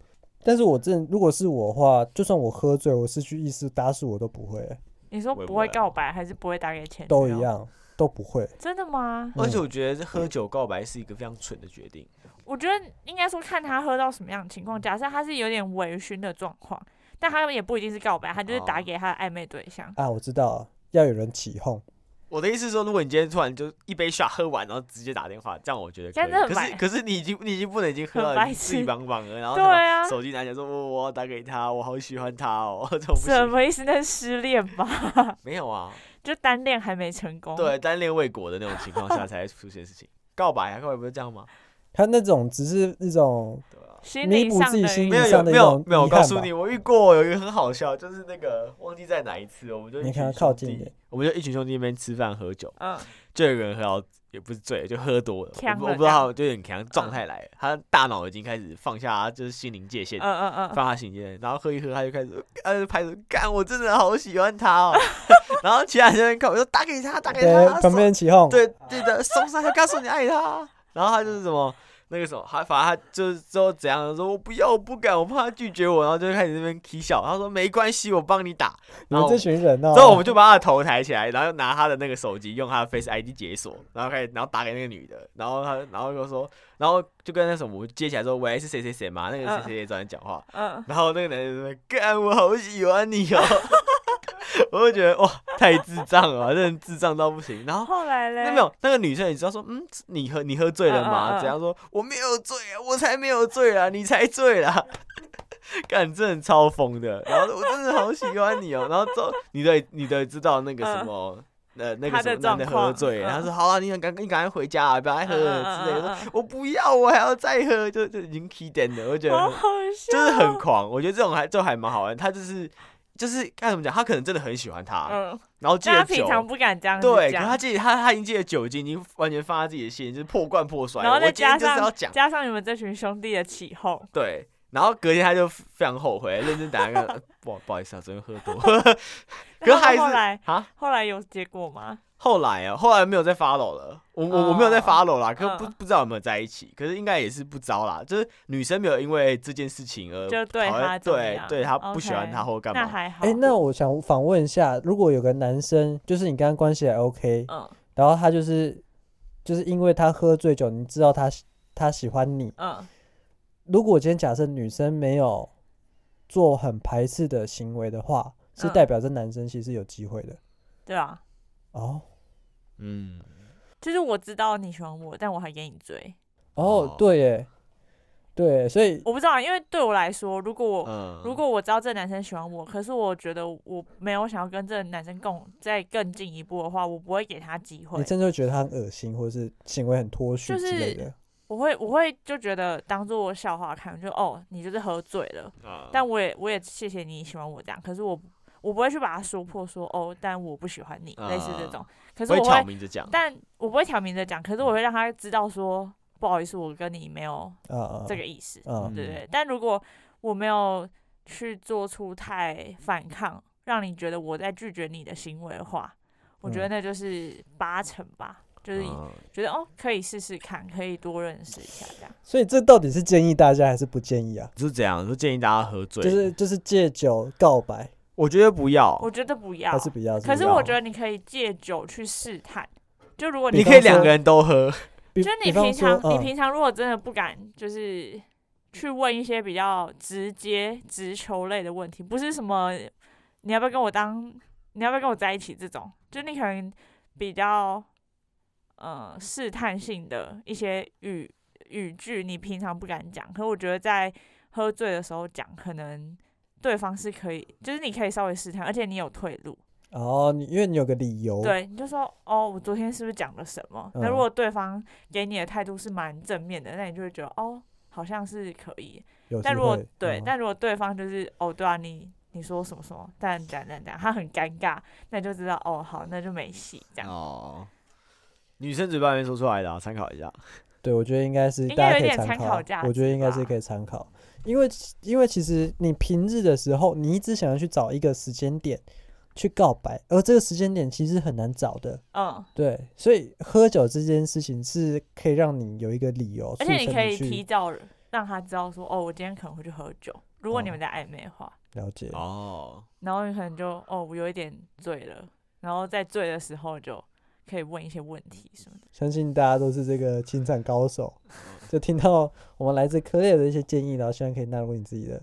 但是我真如果是我的话，就算我喝醉，我失去意识打死我都不啊会，啊你说我也不不会会告白，还是不会打给前女都一友？样，都不会。真的吗？而且我觉得喝酒告白是一个非常蠢的决定。我觉得应该说看他喝到什么样的情况。假设他是有点微醺的状况，但他也不一定是告白，他就是打哦给他的暧昧对象。啊，我知道了，要有人起哄，我的意思是说，如果你今天突然就一杯 shot 喝完，然后直接打电话，这样我觉得可这样以。子可很是白可是你已经你已经不能已经喝很到白你自己痴帮忙了，然后对再把啊，手机拿起来说，我我要打给他，我好喜欢他哦，这种不什行。么意思？那是失恋吧？没有啊，就单恋还没成功。对，单恋未果的那种情况下才会出现事情。告白啊，告白不是这样吗？他那种只是那种对啊。心弥理补上自己的心理一没个有上有的没一有种没有，我遗憾告诉吧你，我遇过有一个很好笑，就是那个忘记在哪一次了，我们就一你看群他靠兄近一弟点，我们就一群兄弟那边吃饭喝酒，嗯，就有一个人喝到也不是醉了，就喝多了，我呛不了我不知这道样他就有点强，状态来了，他大脑已经开始放下就是心灵界限，嗯嗯嗯，放下心灵界限，然后喝一喝他就开始呃拍手，干我真的好喜欢他哦， [laughs] 然后其他人在那边看我说打哎给他打给对他，旁边起哄，对对的，松山就告诉你爱他，然后他就是什么那个什么，他反正他就是之后怎样，说我不要，我不敢，我怕他拒绝我，然后就开始那边起笑，他说没关系，我帮你打，你们然后这群人哦。之后我们就把他的头抬起来，然后拿他的那个手机，用他的 Face ID 解锁，然后开始，然后打给那个女的，然后他，然后就说，然后就跟那什么我接起来说，喂，是谁谁谁嘛，那个谁谁谁找你讲话，嗯，然后那个男的就说，干，我好喜欢你哦， [laughs] 我就觉得哇，太智障了，真的智障到不行，然后。嗯后来嘞，那没有那个女生，也知道说，嗯，你喝你喝醉了嗯吗？嗯嗯怎样说？我没有醉啊，我才没有醉啊， [laughs] 你才醉啦！干，真的超疯的。然后说我真的好喜欢你哦。 [laughs] 然后之后你的你的知道那个什么。呃，那个嗯他什的么男的状喝况醉，嗯他说好啊，你赶赶你赶快回家啊，不要再喝嗯嗯了之类的。嗯我嗯说嗯我不要，我还要再喝，就就已经 key 点了，我觉得好很好笑，就是很狂。我觉得这种还这种还蛮好玩，他就是就是该怎么讲，他可能真的很喜欢他，嗯，然后借但他酒，平常不敢这样子对，可是讲他自己他他已经记得酒精已经完全放在自己的心里，就是破罐破摔了。然后我再今加天就是要上讲加上你们这群兄弟的起哄，对，然后隔天他就非常后悔，认真打一 [laughs] 个、呃不好不好意思啊，昨天喝多。可是那他还们后是来啊，后来有结果吗？后来啊，后来没有再 follow 了，我我、我没有哦再 follow 啦，嗯可不、不知道有没有在一起，可是应该也是不糟啦，就是女生没有因为这件事情而就对讨厌他怎么对样对他不喜欢 OK，他或干那嘛，还好。哎、那我想访问一下，如果有个男生，就是你跟他关系还 OK，嗯然后他就是就是因为他喝醉酒，你知道他喜他喜欢你。嗯如果今天假设女生没有做很排斥的行为的话，是嗯代表这男生其实有机会的对啊，哦。嗯，就是我知道你喜欢我，但我还给你追。哦哦，对耶，对，所以我不知道，因为对我来说，如果我、嗯如果我知道这男生喜欢我，可是我觉得我没有想要跟这个男生共再更进一步的话，我不会给他机你会。真的会觉得他很恶心，或者是行为很脱序之类的。我会我会就觉得当做我笑话看，就哦你就是喝醉了，啊但我也我也谢谢你喜欢我这样，可是我我不会去把它说破说哦，但我不喜欢你，类似这种。可是嗯不会我挑会，明着嗯讲，但我不会挑明着讲，可是我会让他知道说不好意思，我跟你没有啊啊，这个意思。啊，对嗯对。但如果我没有去做出太反抗，让你觉得我在拒绝你的行为的话，我嗯觉得那就是八成吧，就是嗯觉得哦可以试试看，可以多认识一下这样。所以这到底是建议大家还是不建议啊？就是这样，就建议大家喝醉，就是就是戒酒告白我觉得不要，我觉得不要还，哦是比较重要？啊可是我觉得你可以借酒去试探。就如果比你方可以两说个人都喝，比，就是比你方平说常，你嗯平常如果真的不敢，就是去问一些比较直接、直球类的问题，不是什么你要不要跟我当，你要不要跟我在一起这种，就你可能比较呃试探性的一些语语句，你平常不敢讲，可我觉得在喝醉的时候讲，可能对方是可以，就是你可以稍微试探，而且你有退路。哦，你因为你有个理由，对，你就说哦，我昨天是不是讲了什么？那嗯如果对方给你的态度是蛮正面的，那你就会觉得哦，好像是可以。有机但如果会对，嗯但如果对方就是哦，对啊，你你说什么什么，但讲讲讲，他很尴尬，那你就知道哦，好，那就没戏这样。哦，女生嘴巴里面说出来的、啊，参考一下。对我觉得应该是应大家可该有以点参啊参考价我觉得值应该是吧可以参考，因为因为其实你平日的时候，你一直想要去找一个时间点去告白，而这个时间点其实很难找的。嗯，对，所以喝酒这件事情是可以让你有一个理由，而且促你成可以去提早让他知道说哦，我今天可能会去喝酒。如果你哦们在暧昧的话，了解。哦，然后你可能就哦，我有一点醉了，然后在醉的时候就可以问一些问题什么的。相信大家都是这个情场高手，就听到我们来自科列的一些建议，然后希望可以纳入你自己的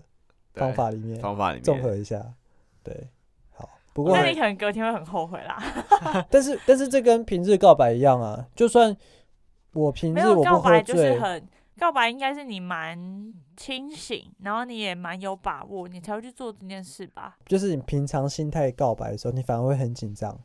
对方法里面，方法里面综合一下。对，好，不过那还你可能隔天会很后悔啦。但是但是这跟平日告白一样啊，就算我平没日有我告不白喝就是醉，很告白，应该是你蛮清醒，然后你也蛮有把握，你才会去做这件事吧。就是你平常心态告白的时候，你反而会很紧张，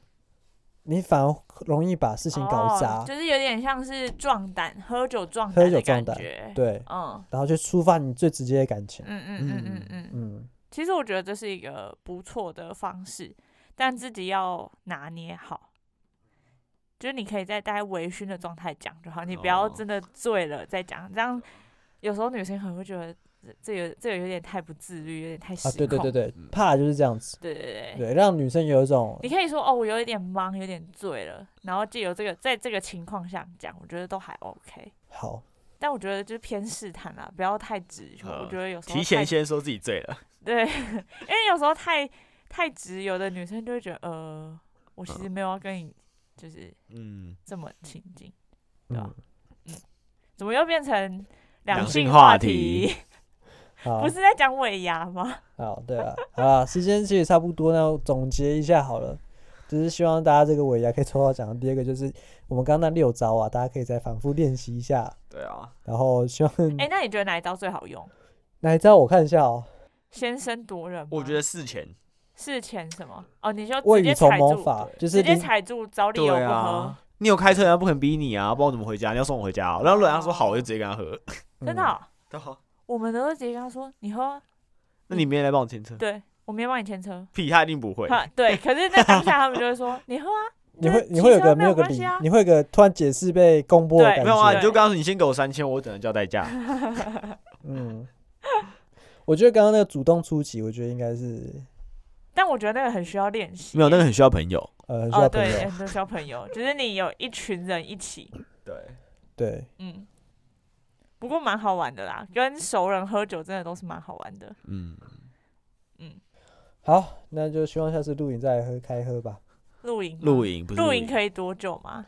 你反而容易把事情搞砸，哦，就是有点像是壮胆，喝酒壮喝胆酒的壮感胆觉。，对，嗯然后就触发你最直接的感情嗯。嗯嗯嗯嗯嗯。嗯，其实我觉得这是一个不错的方式，但自己要拿捏好。就是你可以在大概微醺的状态讲就好，你不要哦真的醉了再讲。这样有时候女生可能会觉得这这有这有点太不自律，有点太失啊，控。对对对对嗯，怕就是这样子，对对对，对，让女生有一种你可以说哦，我有一点忙，有点醉了，然后借由这个，在这个情况下讲，我觉得都还 OK。好，但我觉得就是偏试探啦，不要太直球。呃我觉得有时候提前太先说自己醉了， [laughs] 对，因为有时候太太直，有的女生就会觉得呃，我其实没有要跟你就是嗯，这么亲近，对嗯啊，怎么又变成两性性话题？好 [laughs] 不，是在讲尾牙吗？好，对啊，好啦，时间其实差不多，那我总结一下好了，就是希望大家这个尾牙可以抽到奖。第二个就是我们刚刚那六招啊，大家可以再反复练习一下，对啊，然后希望哎、那你觉得哪一招最好用？哪一招我看一下哦，先声夺人吗？我觉得事前事前什么？哦，你就未直雨接绸踩缪住，法就是直接临踩住，找理对由不喝。啊，你有开车，人家不肯逼你啊，不知道怎么回家，你要送我回家啊、然后如果人家说好，我就直接跟他喝。真的嗯哦、对啊我们都是直接跟他说：“你喝啊，那你明天来帮我牵车？对我没有帮你牵车。屁，他一定不 [laughs] 会。他”对，可是，在当下他们就会说：“你喝啊， [laughs] 嗯你就是会你骑会有车个没没有有个关理系啊，你会有个突然解释被公布的对感没有啊，你觉，就跟他说你先给我三千，我等着叫代驾。嗯。 [laughs] 我觉得刚刚那个主动出击，我觉得应该是但我觉得那个很需要练习。 [laughs] 没有，那个很需要朋友。呃很需哦，要朋对，友，很多小朋友，就是你有一群人一起，对，对，嗯，不过蛮好玩的啦，跟熟人喝酒真的都是蛮好玩的，嗯，嗯，好，那就希望下次露营再来喝开喝吧。露营吗，露营不是露营以可以多久吗？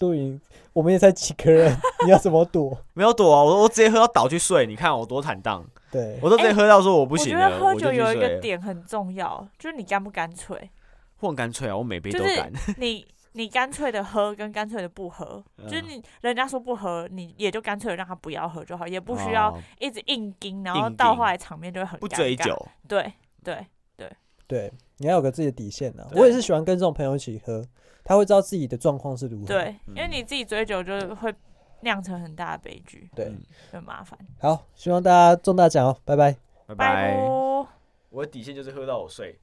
露营我们也才几个 [laughs] 人，你要怎么躲？没有躲啊，我我直接喝到倒去睡，你看我多坦荡，对，我都直接喝到说我不哎我行觉了，得我喝就酒去有一睡个了，点很重要，就是你干不干脆。我很干脆啊，我每杯就都是干。 [laughs] 你你干脆的喝跟干脆的不喝，就是嗯你人家说不喝，你也就干脆地让他不要喝就好，也不需要哦一直硬盯，然后硬到盯后来场面就会很不尴追尬。酒，对对，对，你要有个自己的底线呢、啊对我也是喜欢跟这种朋友一起喝，他会知道自己的状况是如何。对，因为嗯你自己追酒就会酿成很大的悲剧，对嗯很麻烦。好，希望大家中大奖哦，拜拜。拜拜拜。喽。我的底线就是喝到我睡。